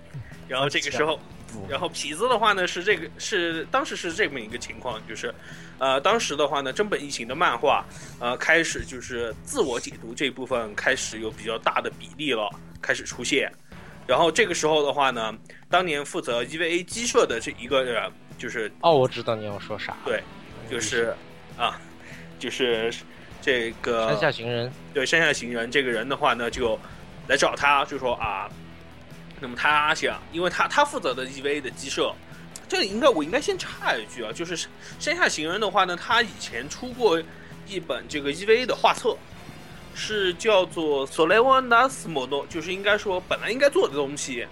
S6: 然后这个时候，然后痞子的话呢是这个是当时是这么一个情况，就是，呃，当时的话呢，真本一行的漫画，呃，开始就是自我解读这部分开始有比较大的比例了，开始出现。然后这个时候的话呢，当年负责 EVA 鸡舍的这一个人，就是
S5: 哦，我知道你要说啥，
S6: 对就是啊，就是这个
S5: 山下行人，
S6: 对山下行人这个人的话呢，就来找他，就说啊，那么他想，因为他他负责的 EVA 的鸡舍，这里应该我应该先插一句啊，就是山下行人的话呢，他以前出过一本这个 EVA 的画册，是叫做《索雷万达斯莫诺》，就是应该说本来应该做的东西。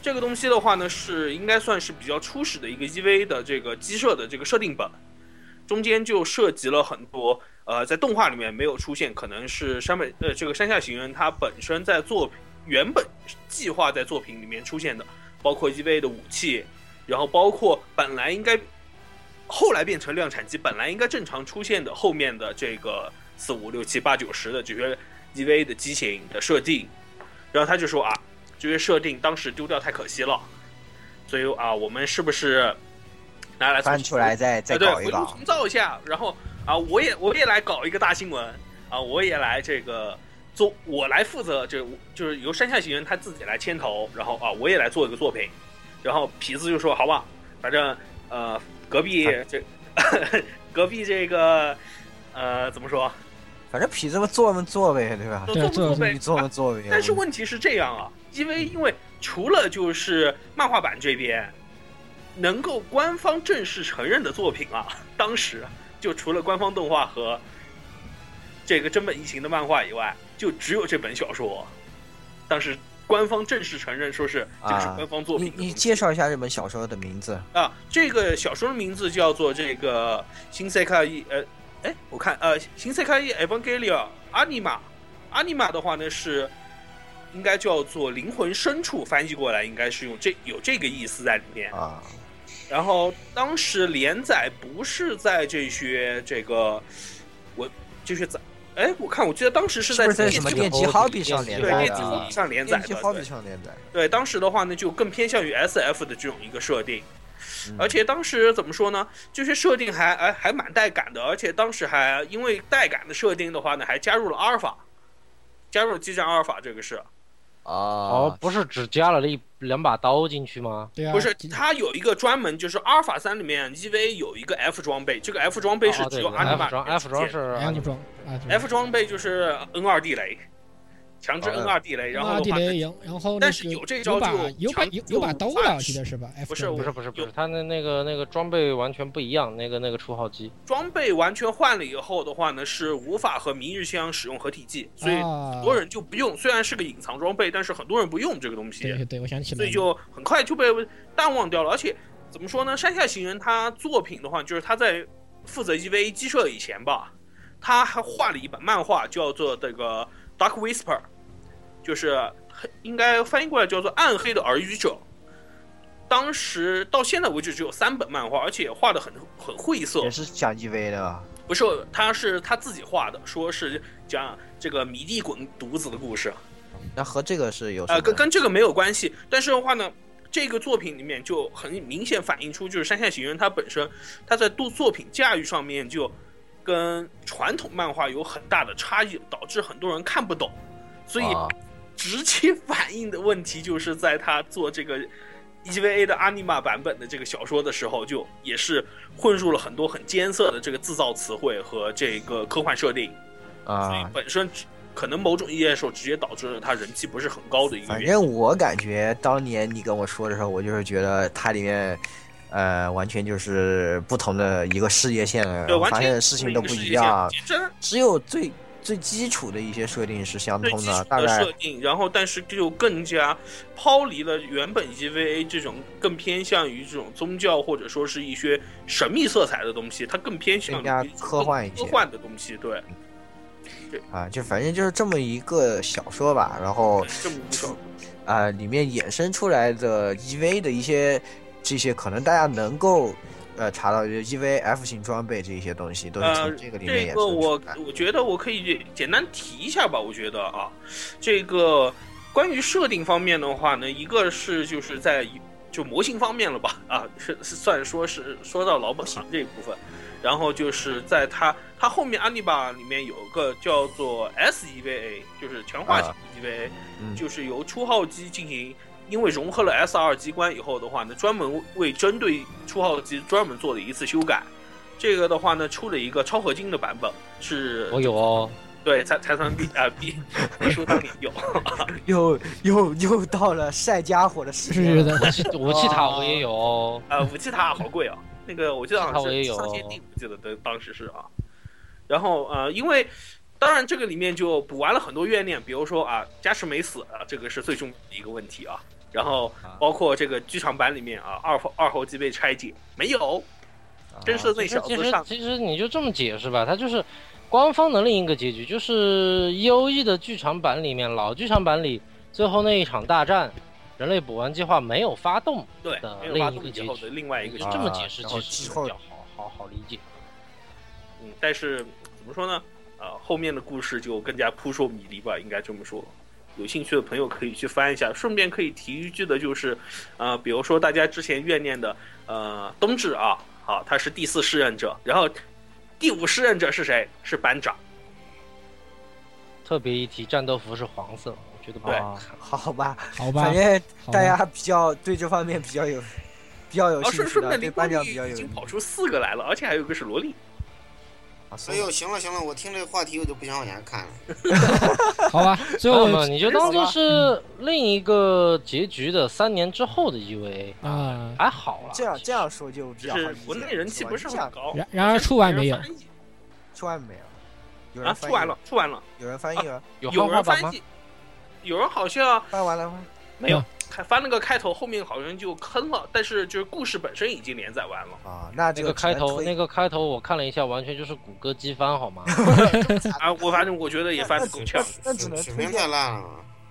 S6: 这个东西的话呢，是应该算是比较初始的一个 EVA 的这个鸡舍的这个设定本，中间就涉及了很多呃，在动画里面没有出现，可能是山本呃这个山下行人他本身在作品原本计划在作品里面出现的，包括 EVA 的武器，然后包括本来应该后来变成量产机，本来应该正常出现的后面的这个四五六七八九十的这些 EVA 的机型的设定，然后他就说啊，这些设定当时丢掉太可惜了，所以啊，我们是不是拿来重
S3: 翻
S6: 新
S3: 出来再再
S6: 啊对，
S3: 搞
S6: 回
S3: 一
S6: 炉
S3: 搞
S6: 重，造一下，然后啊，我也我也来搞一个大新闻啊，我也来这个做，我来负责，这就是由山下行人他自己来牵头，然后啊，我也来做一个作品，然后痞子就说好吧，反正呃，隔壁这 隔壁这个呃怎么说，
S3: 反正痞子们做们做呗，对吧？
S6: 做
S4: 对
S6: 做不
S4: 做
S6: 做呗
S3: 你，做们做呗。
S6: 但是问题是这样啊，因为
S3: 嗯
S6: 因为除了就是漫画版这边能够官方正式承认的作品啊，当时就除了官方动画和这个真本一行的漫画以外，就只有这本小说，当时官方正式承认说是这个是
S3: 啊
S6: 官方作品
S3: 你
S6: 的东西、
S3: 你介绍一下这本小说的名字
S6: 啊，这个小说的名字叫做这个《新赛卡伊》呃，哎，我看呃，《新赛卡伊 Evangelia Anima》，Anima 的话呢是应该叫做灵魂深处，翻译过来应该是用这有这个意思在里面。
S3: 啊？
S6: 然后当时连载不是在这些这个我这些在，哎，我看我记得当时是在
S3: 是不是在什么电
S6: 电击
S3: 击 Hobby 上
S5: 电
S3: 连
S5: 击
S6: 对
S3: 载的
S6: 电击
S3: 啊？
S6: 上连载
S3: 电
S6: 的
S3: 击 Hobby 上连载的，
S6: 对，当时的话呢，就更偏向于 S F 的这种一个设定，
S3: 嗯
S6: 而且当时怎么说呢，这些设定还哎还蛮带感的，而且当时还因为带感的设定的话呢，还加入了阿尔法，加入了激战阿尔法这个是，
S5: 哦
S6: 呃
S3: 哦，，
S5: 不是只加了一两把刀进去吗？
S4: 对啊，
S6: 不是它有一个专门就是阿尔法三里面 E V 有一个 F 装备，这个 F 装备是
S5: 哦
S6: 只
S5: 对
S6: 有
S5: 对
S6: 阿尼玛
S5: ，F 装 F 装是阿
S4: M
S5: 尼玛
S4: 装啊
S6: F 装备就是 N 二地雷，强制
S3: 哦
S6: N 二地雷，然后
S4: 阿
S6: 的
S4: 地
S6: 话
S4: 雷，然然后那
S6: 但是
S4: 个
S6: 有这
S4: 有
S6: 招
S4: 把
S6: 就
S4: 有把
S6: 强
S4: 有
S6: 就
S4: 有把刀
S6: 无法
S4: 的，我记得是吧？F
S6: 不是
S4: 装
S6: 不
S5: 不
S4: 备
S5: 是不是不是，他那那个那个装备完全不一样，那个那个初号机
S6: 装备完全换了以后的话呢，是无法和明日香使用合体技，所以
S4: 啊
S6: 很多人就不用。虽然是个隐藏装备，但是很多人不用这个东西，
S4: 对对，我想起来了，
S6: 所以就很快就被淡忘掉了。而且怎么说呢，山下行人他作品的话，就是他在负责 EVA 鸡舍以前吧，他还画了一本漫画，叫做这个《Dark Whisper》，就是黑应该翻译过来叫做《暗黑的耳语者》。当时到现在为止只有三本漫画，而且画的很很晦涩，
S3: 也是讲 EV 的吧？
S6: 不是，他是他自己画的，说是讲这个米蒂滚犊子的故事，
S3: 那和这个是有什
S6: 呃，
S3: 么
S6: 跟跟这个没有关系。但是的话呢，这个作品里面就很明显反映出，就是山下行人他本身他在度作品驾驭上面就跟传统漫画有很大的差异，导致很多人看不懂。所以
S3: 啊
S6: 直接 反映的问题就是在他做这个 EVA 的阿尼玛版本的这个小说的时候，就也是混入了很多很艰涩的这个制造词汇和这个科幻设定，所以
S3: 啊，
S6: 本身只可能某种意义来说，直接导致了他人气不是很高的一个
S3: 反
S6: 原因。
S3: 正我感觉当年你跟我说的时候，我就是觉得它里面。呃，完全就是不同的一个世界线了，
S6: 对，完
S3: 发
S6: 全
S3: 现事情都不一
S6: 一
S3: 样，
S6: 真
S3: 只有最最基础的一些设定是相
S6: 最
S3: 通
S6: 基
S3: 的，
S6: 础
S3: 大
S6: 的
S3: 概
S6: 设定，然后但是就更加抛离了原本 EVA 这种更偏向于这种宗教或者说是一些神秘色彩的东西，它更偏向于
S3: 更加
S6: 一种
S3: 科幻一些
S6: 科幻的东西，对，
S3: 啊，就反正就是这么一个小说吧，然后
S6: 这么一种
S3: 啊、里面衍生出来的 EV 的一些这些，可能大家能够呃查到，就是 EVF 型装备这一些东西都是
S6: 呃
S3: 从这个里面衍生
S6: 这个我
S3: 出来的。
S6: 我觉得我可以简单提一下吧，我觉得啊，这个关于设定方面的话呢，一个是就是在就模型方面了吧，啊，是是算说是说到老本行这一部分，然后就是在它它后面安妮巴里面有个叫做 SEVA，就是强化型
S3: 啊
S6: EVA，、
S3: 嗯
S6: 就是由初号机进行。因为融合了 S 二机关以后的话呢，专门为针对初号机专门做了一次修改，这个的话呢，出了一个超合金的版本，是
S5: 我有哦，
S6: 对财财团 B 啊 B 说当年有，
S3: 又又又到了晒家伙的时
S4: 是
S3: 间
S4: 是
S3: 了，哦
S4: 的，
S5: 我气我气塔我也有哦，
S6: 啊，武器塔好贵啊，那个我记得好像
S5: 武器塔我也
S6: 是
S5: 有
S6: 上限定，我记得当当时是啊。然后呃，因为当然这个里面就补完了很多怨念，比如说啊，加持没死啊，这个是最重要的一个问题啊。然后包括这个剧场版里面啊，二号二号机被拆解，没有，真是那
S5: 啊其
S6: 小
S5: 实其
S6: 子
S5: 实
S6: 上
S5: 其实你就这么解释吧，它就是官方的另一个结局，就是 E O E 的剧场版里面老剧场版里最后那一场大战，人类补完计划没有发动，
S6: 对
S5: 的，
S6: 没有发动
S5: 另一个
S6: 以
S5: 结
S6: 后
S5: 局
S6: 的另外一
S5: 你
S6: 个结
S5: 就
S6: 局
S5: 这么
S3: 啊
S5: 解释
S3: 然
S5: 其
S3: 后
S5: 实
S3: 之
S5: 比
S3: 后
S5: 较好好好理解。
S6: 嗯，但是怎么说呢？呃，后面的故事就更加扑朔迷离吧，应该这么说。有兴趣的朋友可以去翻一下。顺便可以提一句的就是，呃，比如说大家之前怨念的，呃，冬至啊，好、他是第四试任者，然后第五试任者是谁？是班长。
S5: 特别一提，战斗服是黄色，我觉得不
S6: 对
S5: 好看。
S3: 好吧，
S4: 好吧
S3: 反，正
S4: 好吧
S3: 大家比较对这方面比较有比较有
S6: 啊，
S3: 兴
S6: 顺
S3: 趣
S6: 顺
S3: 的，
S6: 便
S3: 对
S6: 林
S3: 班
S6: 波
S3: 长比较
S6: 丽
S3: 有
S6: 已经跑出四个来了，而且还有一个是萝莉。
S3: 啊
S2: 哎呦，行了行了，我听这个话题我就不想往下看了。
S4: 好 吧，最
S5: 那
S4: 后
S5: 么你就当做是另一个结局的三年之后的 EVA，
S4: 啊，
S5: 还好啦。
S3: 这样这样说就比
S6: 就
S3: 较好
S6: 是
S3: 理解
S6: 国内人气
S3: 吧
S6: 不是
S3: 这样
S6: 很高，
S4: 然然而出版没有
S6: 人翻
S3: 出完没有？有
S6: 译
S3: 人
S6: 啊，
S3: 翻
S6: 出
S3: 译
S6: 完了，，出完了，
S3: 有人翻译了，
S5: 有
S6: 有
S5: 汉化
S6: 人
S5: 版吗
S6: 翻？译，有人好像
S3: 翻完了吗？
S6: 没
S4: 嗯
S6: 有，还翻了个开头，后面好像就坑了，但是就是故事本身已经连载完了
S3: 啊，那
S5: 那
S3: 这
S5: 个开头，那
S3: 个
S5: 个开头我看了一下，完全就是谷歌机翻，好 吗？
S6: 啊！我反正我觉得也翻得够呛。
S3: 那只能
S2: 水
S3: 推
S2: 平
S3: 荐
S2: 太烂了，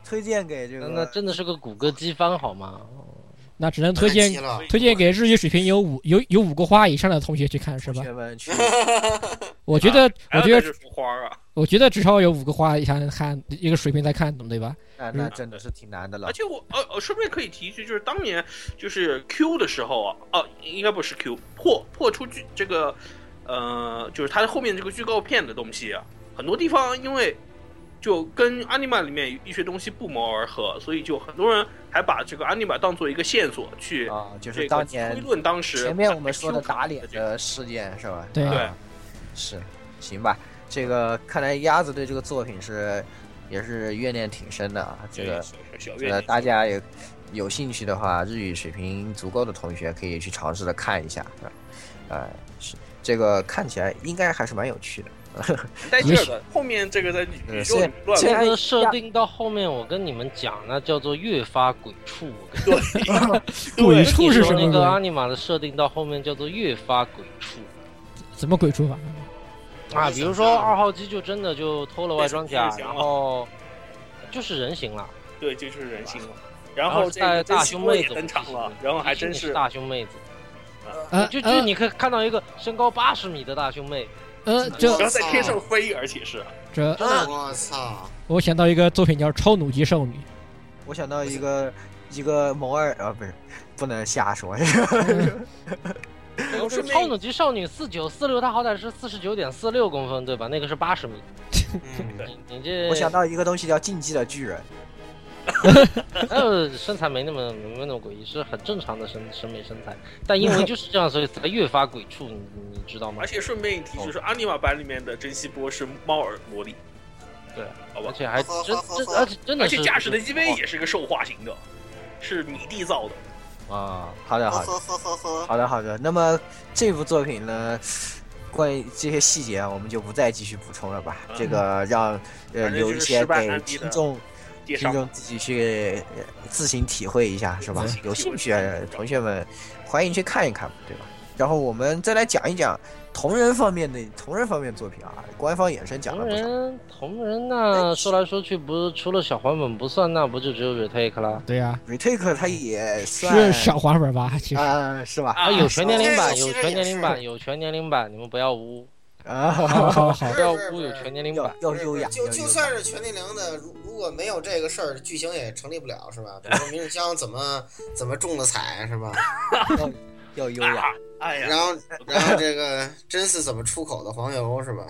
S3: 推荐给这
S5: 那那
S3: 个
S5: 真的是个谷歌机翻，好吗？
S4: 那只能
S2: 太
S4: 推
S2: 急
S4: 荐
S2: 了。
S3: 啊嗯
S4: 推荐给日语水平有五有有五个花以上的同学去看，是
S3: 同
S4: 吧？
S3: 学们 去
S4: 我觉得
S6: 还
S4: 我觉
S6: 有
S4: 得
S6: 哎那是说花儿啊，
S4: 我觉得至少有五个花以上看一个水平才看懂，对吧？
S3: 那那真的是挺难的了
S6: 而。且我呃呃，顺便可以提一句，就是当年就是 Q 的时候啊，哦、应该不是 Q 破破出剧这个，呃，就是它后面这个预告片的东西啊，很多地方因为就跟 Anima 里面一些东西不谋而合，所以就很多人还把这个 Anima 当做一个线索去
S3: 啊，就
S6: 这
S3: 是
S6: 个
S3: 当
S6: 推
S3: 年
S6: 论当时
S3: 前面我们说的
S6: Q 卡
S3: 打脸
S6: 这个
S3: 的事件是吧？
S4: 对
S3: 啊是，行吧。这个看来鸭子对这个作品是也是怨念挺深的啊。这个
S6: 小小小
S3: 呃，
S6: 月
S3: 大家也有兴趣的话，日语水平足够的同学可以去尝试的看一下，是吧？呃，是这个看起来应该还是蛮有趣的。
S6: 带劲儿的，后面这个在宇宙里乱
S3: 对
S5: 这
S3: 哎呀
S5: 个设定到后面，我跟你们讲，那叫做越发鬼畜。我跟
S4: 鬼
S5: 你
S4: 畜
S5: 们
S4: 是
S5: 说
S4: 什
S5: 那
S4: 么
S5: 个阿
S4: 鬼？
S5: 尼玛的设定到后面叫做越发鬼畜
S4: 怎么鬼畜法？
S5: 啊，比如说二号机就真的就偷了外装甲，
S6: 变
S5: 然
S6: 成人形了
S5: 后就是人形了。
S6: 对，这就是人性了。然
S5: 后
S6: 后这个
S5: 带
S6: 真
S5: 大
S6: 希
S5: 胸
S6: 波
S5: 妹
S6: 也
S5: 子
S6: 登场了
S5: 我记，得
S6: 然后还真
S5: 一定
S6: 是
S5: 是大胸妹子，
S4: 呃
S5: 就
S4: 呃
S5: 就你可以看到一个身高八十米的大胸妹，啊哦
S4: 呃，这
S6: 然后在天上飞，而且是
S4: 这，
S3: 啊
S2: 我操！
S4: 我想到一个作品叫《超弩 机少女
S3: 我想到一个一个某二啊，不是，不能瞎说。
S4: 嗯
S6: 不是
S5: 超
S6: 那
S5: 能级少女四九四六，它好歹是四十九点四六公分，对吧？那个是八十米。
S2: 嗯，
S5: 你你这
S3: 我想到一个东西叫《竞技的巨人》，
S5: 呃，身材 没那么没那么诡异，是很正常的审审美身材，但因为就是这样，所以才越发鬼畜，你你知道吗
S6: 而？且顺便一提，就是阿尼玛版里面的珍惜波是猫耳魔力，
S5: 对，
S6: 好
S5: 而
S6: 吧，
S5: 且还
S2: 好
S5: 真
S2: 好好
S5: 真
S2: 好
S5: 而且真的
S6: 而
S5: 是哦
S6: 且驾驶的机杯也是个兽化型的，是米蒂造的。
S3: 啊，好的，好的，
S2: 呵呵呵呵呵，
S3: 好的，好的。那么这部作品呢，关于这些细节啊，我们就不再继续补充了吧。
S6: 嗯
S3: 这个让呃
S6: 反正
S3: 留
S6: 就
S3: 一
S6: 是
S3: 些
S6: 失败
S3: 给
S6: 案例的
S3: 听众
S6: 介
S3: 听
S6: 绍
S3: 众自己去呃自行体会一下，是吧
S6: 自行？体会
S3: 有兴趣的同学们，欢迎去看一看，对吧？然后我们再来讲一讲同人方面的同人方面作品啊，官方衍生讲了
S5: 同
S3: 不少。
S5: 人同人那说来说去不除了小黄本不算，那不就只有 retake 啊啦？》。
S4: 对呀，
S3: retake 它也算
S4: 是小滑本吧？其实
S3: 啊，是吧？
S5: 啊，有全年龄版，
S2: 这个其
S5: 有
S2: 实
S5: 全
S2: 也
S5: 年龄版，有全年龄版，你们不要污，
S3: 啊，
S4: 好好好，
S5: 不要
S2: 是
S5: 污，有全年龄版
S3: 要。要优雅，
S2: 就
S3: 要
S2: 就
S3: 优
S2: 算
S3: 雅
S2: 是全年龄的，如如果没有这个事儿，剧情也成立不了，是吧？比如说明日香怎么怎么中的彩，是吧？
S3: 要优雅
S6: 啊。，哎呀，
S2: 然后然后这个真是怎么出口的黄油，是吧？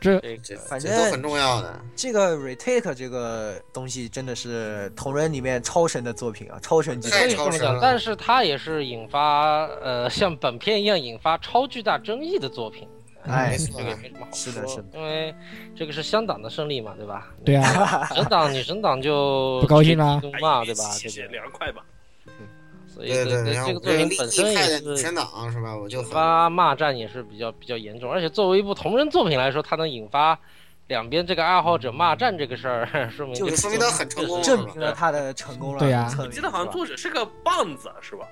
S4: 这
S6: 这
S2: 这
S6: 个
S3: 反
S2: 这
S3: 正
S2: 都很重要的。
S3: 这个 retake 这个东西真的是同人里面超神的作品啊，超神级
S5: 可
S2: 太
S5: 以
S3: 的。
S5: 这
S2: 超
S5: 么
S2: 神
S5: 讲，
S2: 了
S5: 但是它也是引发呃像本片一样引发超巨大争议的作品，
S3: 哎
S2: 没，错啊
S5: 这个也没什么好
S3: 是
S5: 说，
S3: 的是的
S5: 因为这个是香党的胜利嘛，对吧？
S4: 对呀，
S5: 神党女神党就
S4: 不高兴啦
S5: 就骂对吧？
S6: 哎
S2: 哎
S6: 谢谢
S5: 这个，
S6: 凉快吧。
S5: 所以
S2: 对
S5: 这个
S2: 然后
S5: 这个作品本身
S2: 立派
S5: 也
S2: 的
S5: 是
S2: 神党是吧？我就
S5: 引
S2: 很
S5: 发骂战也是比较比较严重，而且作为一部同人作品来说，它能引发两边这个爱好者骂战这个事儿， 说明
S3: 就
S5: 这个
S2: 说明
S5: 作
S2: 它
S5: 品
S2: 很成
S5: 确实
S2: 功
S3: 证明了他的成功了。
S4: 对呀
S3: 侧
S6: 我
S3: 面
S6: 记得好
S3: 嗯是
S6: 像
S3: 吧
S6: 作者是个棒子，是吧？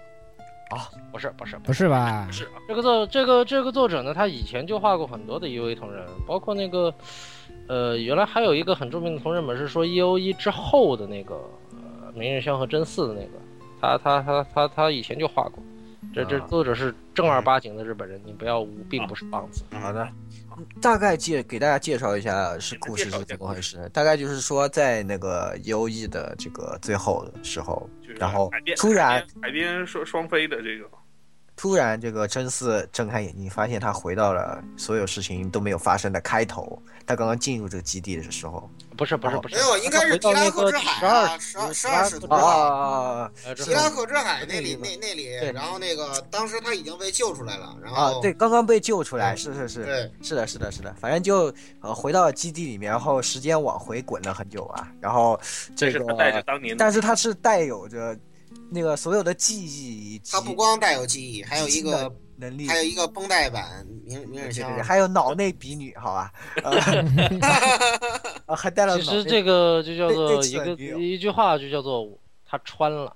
S5: 不是不是
S4: 不是吧？
S6: 是啊，
S5: 这个作这个这个作者呢，他以前就画过很多的 EOE 同人，包括那个，呃，原来还有一个很著名的同人本是说 EOE 之后的那个，呃，明日香和真嗣的那个，他他他他他以前就画过。这这
S3: 啊
S5: 作者是正儿八经的日本人，你不要无，并不是棒子。
S3: 好的，大概介给大家介绍一下是故事是怎么回事。大概就是说，在那个优异的这个最后的时候，
S6: 就是
S3: 然后
S6: 海边
S3: 突然
S6: 海边海边双双飞的这个，
S3: 突然这个真嗣睁开眼睛，发现他回到了所有事情都没有发生的开头。他刚刚进入这个基地的时候，
S5: 不是不是不是，
S2: 哦没有，应该是
S5: 回
S2: 迪
S5: 到
S2: 拉
S5: 那
S2: 克
S5: 个
S2: 之
S5: 十
S2: 海
S5: 二
S2: 啊，十二十二使徒
S6: 哦
S3: 啊啊
S2: 啊，
S3: 啊啊
S5: 呃之
S2: 迪
S5: 后
S2: 拉克之海那里
S3: 那
S2: 那那里
S3: 对，
S2: 然后那个当时他已经被救出来
S6: 哦
S2: 了，然
S3: 啊
S2: 后
S3: 对，刚刚被救出来，是是是。
S2: 对，
S3: 是的，是的，是的，反正就呃回到基地里面，然后时间往回滚了很久啊，然后这
S6: 但是
S3: 个
S6: 他，带着当年的
S3: 但是他是带有着那个所有的记忆以及
S2: 他不光带有记忆，还有一个
S3: 能力，
S2: 还有一个绷带版明明日
S3: 对对
S2: 香
S3: 对，，还有脑内比女，好吧， 呃还带了
S5: 其
S3: 脑
S5: 实
S3: 内
S5: 这个就叫
S3: 被
S5: 做
S3: 被
S5: 一个
S3: 扯掉
S5: 一句话就叫做他穿了。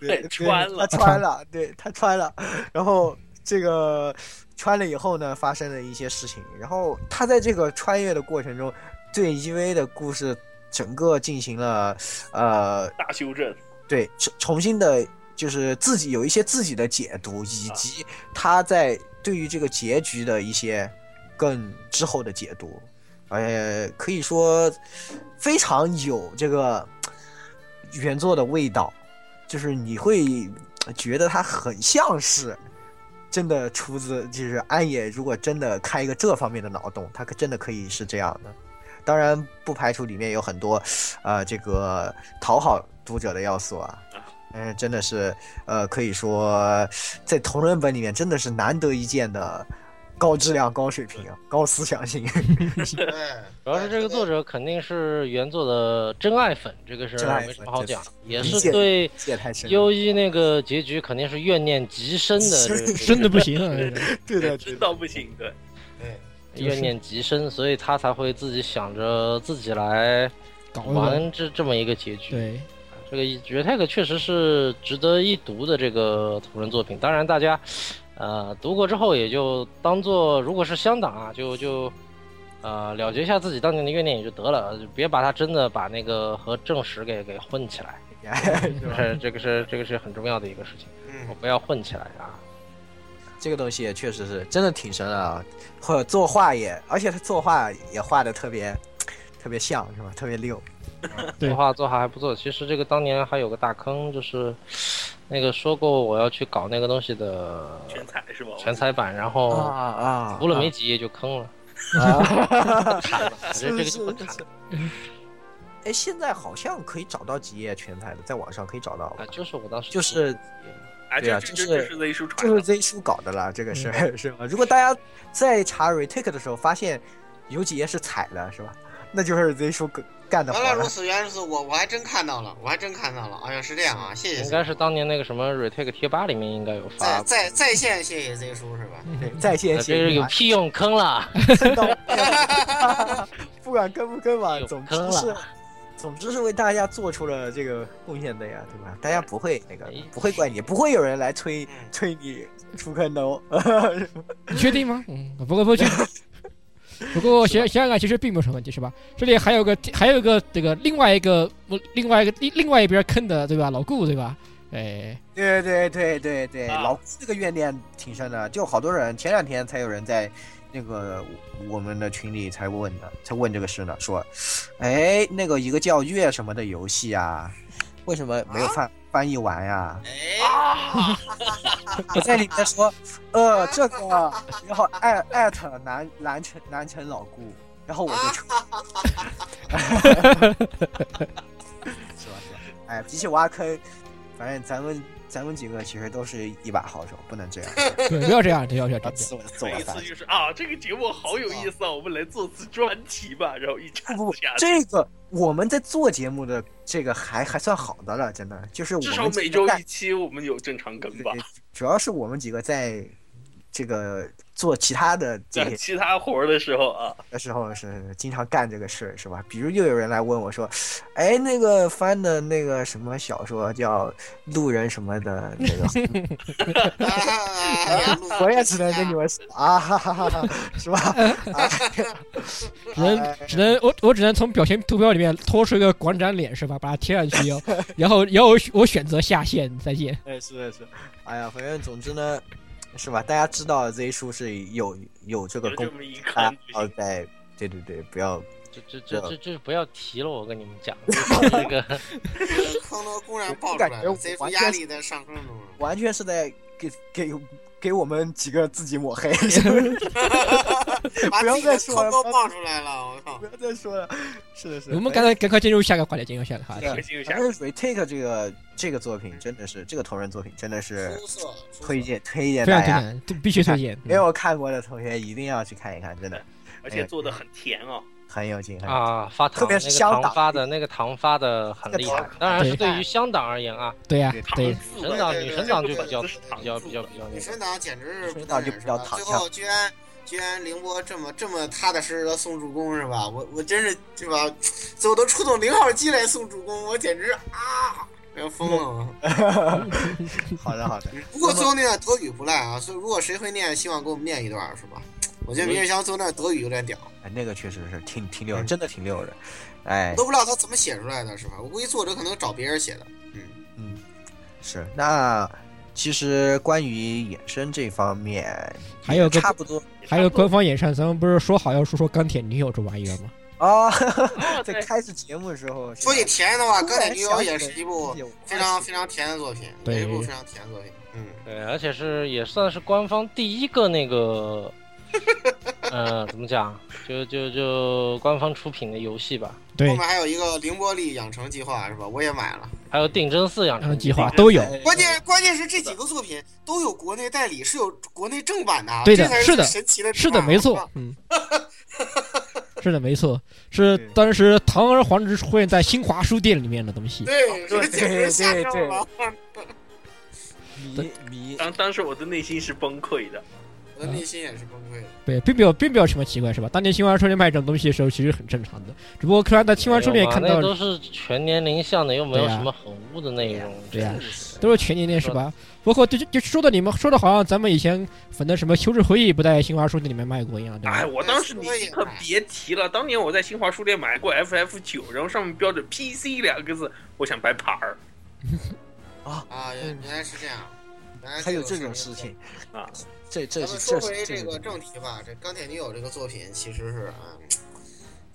S3: 对，
S6: 穿
S3: 对
S6: 了
S3: 他穿了，对他穿了，然后这个穿了以后呢，发生了一些事情，然后他在这个穿越的过程中，对 EV 的故事整个进行了呃，
S6: 大修正，
S3: 对重重新的，就是自己有一些自己的解读，以及他在对于这个结局的一些更之后的解读，呃，可以说非常有这个原作的味道，就是你会觉得它很像是真的出自，就是安野如果真的开一个这方面的脑洞，他可真的可以是这样的。当然，不排除里面有很多，呃，这个讨好读者的要素啊。但是真的是，呃，可以说在同人本里面真的是难得一见的高质量、高水平、啊，高思想 性。
S2: 对，
S5: 主要是这个作者肯定是原作的真爱粉，这个是
S3: 真爱粉
S5: 没什么好讲，也
S3: 理解
S5: 是对
S3: 解太深了。
S5: 优一那个结局肯定是怨念极深 的，这个
S4: 真的不行啊！这个
S3: 对的，对
S6: 哎真
S3: 的。
S6: 到不行的。
S2: 对，
S5: 怨念极深，所以他才会自己想着自己来
S4: 搞得我
S5: 玩这这么一个结局。
S4: 对，
S5: 这个 Retake 确实是值得一读的这个同人作品，当然大家呃读过之后也就当做如果是香党啊，就就。呃，了结一下自己当年的怨念也就得了，别把它真的把那个和正史给给混起来。 这个是这个是这个是很重要的一个事情，
S2: 嗯
S5: 我，不要混起来啊。
S3: 这个东西也确实是真的挺神的啊，或者作画也，而且他作画也画的特别特别像是吧？特别溜。
S4: 对
S5: 作画作画还不错。其实这个当年还有个大坑，就是那个说过我要去搞那个东西的
S6: 全彩是吧？
S5: 全彩版，然后
S3: 啊
S5: 哦读了没几页就坑了，
S3: 啊！
S5: 砍了，反正这个就不
S3: 是
S5: 砍
S3: 是哎，现在好像可以找到几页全彩的，在网上可以找到吧
S5: 啊，就是我当时
S3: 就是
S6: 哎，
S3: 对
S6: 这
S3: 啊
S6: 这
S3: 就
S6: 这
S3: 是
S6: 这是 Z 叔
S3: 就
S6: 传
S3: 是
S6: 的，
S3: Z 叔搞的啦，
S5: 嗯
S3: 这个是、 是吧？如果大家在查 retake 的时候发现有几页是彩的，是吧？ 那就是 Z 叔干干的活
S2: 原
S5: 啊
S2: 来如
S3: 了。
S2: 此，原来如此，我我还真看到了，我还真看到了。哎呀，是这样啊，谢谢
S5: 应
S2: Z，
S5: 该是当年那个什么 retake 贴吧里面应该有发
S2: 在，在在线谢谢 Z 叔是吧？
S3: 在线
S5: 呃这
S3: 写
S5: 是有屁用，坑了。
S3: 蹭到，不管跟不跟嘛，
S5: 有
S3: 总之
S5: 坑
S3: 是
S5: 了，
S3: 总之是为大家做出了这个贡献的呀，对吧？大家不会那个
S5: 哎，
S3: 不会怪你，不会有人来催
S2: 嗯
S3: 催你出坑的哦。
S4: 你确定吗？嗯，不过不过确不过想想想，其实并没有什么问题，是吧？这里还有个还有个这个另外一个我另外一个另另外一边坑的，对吧？老顾，对吧？哎，
S3: 对对对对对，
S6: 啊
S3: 老顾这个怨念挺深的，就好多人前两天才有人在那个我们的群里才问呢，才问这个事呢，说，哎，那个一个叫月什么的游戏啊，为什么没有翻、翻译完啊呀、
S2: 哎，
S3: 我在里面说，呃，这个，然后艾艾特南南城南城老顾，然后我就出， 是吧是吧？哎，比起挖坑，反正咱们咱们几个其实都是一把好手，不能这样，
S4: 对，不要这样，不要这
S3: 要
S4: 样，不要这样
S3: 自我自
S6: 这
S3: 我
S6: 一
S3: 反
S6: 次
S3: 省。
S6: 就是啊，这个节目好有意思啊，我们来做次专题吧，然后一查
S3: 不不
S6: 下，，
S3: 这个我们在做节目的这个还还算好的了，真的，就是我
S6: 至
S3: 们
S6: 少
S3: 几
S6: 每
S3: 个
S6: 周
S3: 干
S6: 一期，我们有正常更吧。
S3: 对主要是我们几个在这个做其他的这
S6: 在
S3: 些
S6: 其他活儿的时候啊，
S3: 的时候是经常干这个事儿，是吧？比如又有人来问我说：“哎，那个翻的那个什么小说叫《路人》什么的那 个
S2: 啊”，
S3: 我也只能跟你们说啊，哈哈哈哈， 是吧？啊，
S4: 只
S3: 嗯
S4: 能只能我我只能从表情图标里面拖出一个馆长脸是吧？把它贴上去以后，然后然后我选我选择下线，再见。
S3: 哎，是是，哎呀，反正总之呢，是吧？大家知道 Z 叔是有有这个
S6: 有
S3: 功
S6: 这么一
S3: 啊，
S6: 看就
S3: 然后
S6: 行。
S3: 在对对对，不要
S5: 这这这
S3: 对
S5: 这这不要提了，我跟你们讲，这个
S2: 坑都公然爆出来了，Z 叔压力在上升中。
S3: 完全是在给给给我们几个自己抹黑，是不是
S2: 把自己的坑都爆出来了，我靠
S3: 不！要再说了，是的是的。
S4: 我们
S3: 反正
S4: 赶快赶快进入下个话题，进入下 个话题。
S3: 啊对
S6: 开心一下
S3: 反，正 retake 这个这个作品真的是这个同人作品真的是
S2: 出色，出色
S3: 推荐推荐
S4: 非常
S3: 大
S4: 推
S3: 家，
S4: 荐，这嗯必须推荐。
S3: 没有看过的同学一定要去看一看，真的
S6: 而且做的很甜哦。
S3: 很有劲。很有
S5: 啊，发
S3: 特
S5: 糖
S3: 别
S5: 那
S3: 是
S5: 个
S3: 香
S5: 糖
S3: 党
S5: 发的那个糖发的很厉害，当然是对于香党而言啊，
S4: 对呀
S3: 对，
S4: 对
S6: 糖，醋
S5: 神
S6: 的，
S5: 党
S2: 对
S5: 女
S2: 对
S5: 神
S2: 对
S5: 党就
S2: 对
S5: 比较
S6: 对
S5: 比较比较比较
S2: 女
S5: 那个
S2: 神党简直是不
S3: 女神
S2: 能
S3: 党就
S2: 忍
S3: 比
S2: 是
S3: 较
S2: 吧
S3: 躺
S2: 最
S3: 下
S2: 后居然居然凌波这么这么踏踏实实的送助攻是吧？我我真是是吧？最后都出动零号机来送助攻，我简直啊！要疯了我！
S3: 劲。好的好 的，
S2: 不过最后那段德语不赖啊，所以如果谁会念，希望给我们念一段是吧？我觉得明日香最后那段德语有点屌，
S3: 哎那个确实是挺挺溜，
S2: 嗯
S3: 真的挺溜的。哎
S2: 我，都不知道他怎么写出来的是吧？我估计作者可能找别人写的。嗯，
S3: 嗯，是。那其实关于衍生这方面，
S4: 还有个
S3: 差不多
S4: 还有官方演唱，咱们不是说好要说说钢铁女友这玩意儿吗？
S3: 啊，
S6: 哦
S3: 在
S6: 对
S3: 开始节目的时候，
S2: 说起啊甜的话，《钢铁女友
S3: 突》然
S2: 也
S3: 想起
S2: 是一
S3: 了
S2: 部
S3: 自己有
S2: 非常
S3: 关系
S2: 非常甜的作品，
S4: 对
S2: 也是一部非常甜的作品。嗯，
S5: 对，而且是也算是官方第一个那个，呃，怎么讲，就就就官方出品的游戏吧，
S4: 对
S2: 后，面还有一个凌波丽养成计划是吧？我也买了。
S5: 还有定真寺养
S4: 然后
S5: 成
S4: 计
S6: 嗯
S4: 划都有。
S2: 关键关键是这几个作品都有国内代理，是有国内正版的啊。
S4: 对的
S2: 这才
S4: 是的
S2: 神奇的地方啊，
S4: 是的，没
S2: 我
S4: 错
S2: 靠，
S4: 嗯，是的，没错，是
S3: 对
S4: 当时堂而皇之出现在新华书店里面的东西。
S2: 对，这
S3: 哦对
S2: 简直吓
S3: 对
S2: 着
S3: 对
S2: 了。
S3: 迷迷
S6: 当当时我的内心是崩溃的，
S2: 我的内心也是崩溃的。
S4: 对，并没有并没有什么奇怪，是吧？当年新华书店卖这种东西的时候，其实很正常的，只不过突然在新华书店看
S5: 那
S4: 到
S5: 都是全年龄向的，又没有
S4: 对呀
S5: 什么很污的内容，
S4: 对呀
S5: 真是
S4: 都是全年龄，是吧？包括就就就说的你们说的好像咱们以前粉的什么《求职回忆》不在新华书店里面卖过一样，对
S6: 哎，
S4: 吧？
S6: 我当时你可别提了，当年我在新华书店买过 FF 九，然后上面标着 PC 两个字，我想摆牌儿。
S2: 啊，原原来是这样，原来
S3: 还有
S2: 这
S3: 这
S2: 个
S3: 种事情
S2: 情。
S6: 啊，
S3: 这这
S2: 咱
S3: 是
S2: 们说
S3: 这是
S2: 回
S3: 这
S2: 这个
S3: 个
S2: 正题吧，这《钢铁女友》这个作品其实是啊，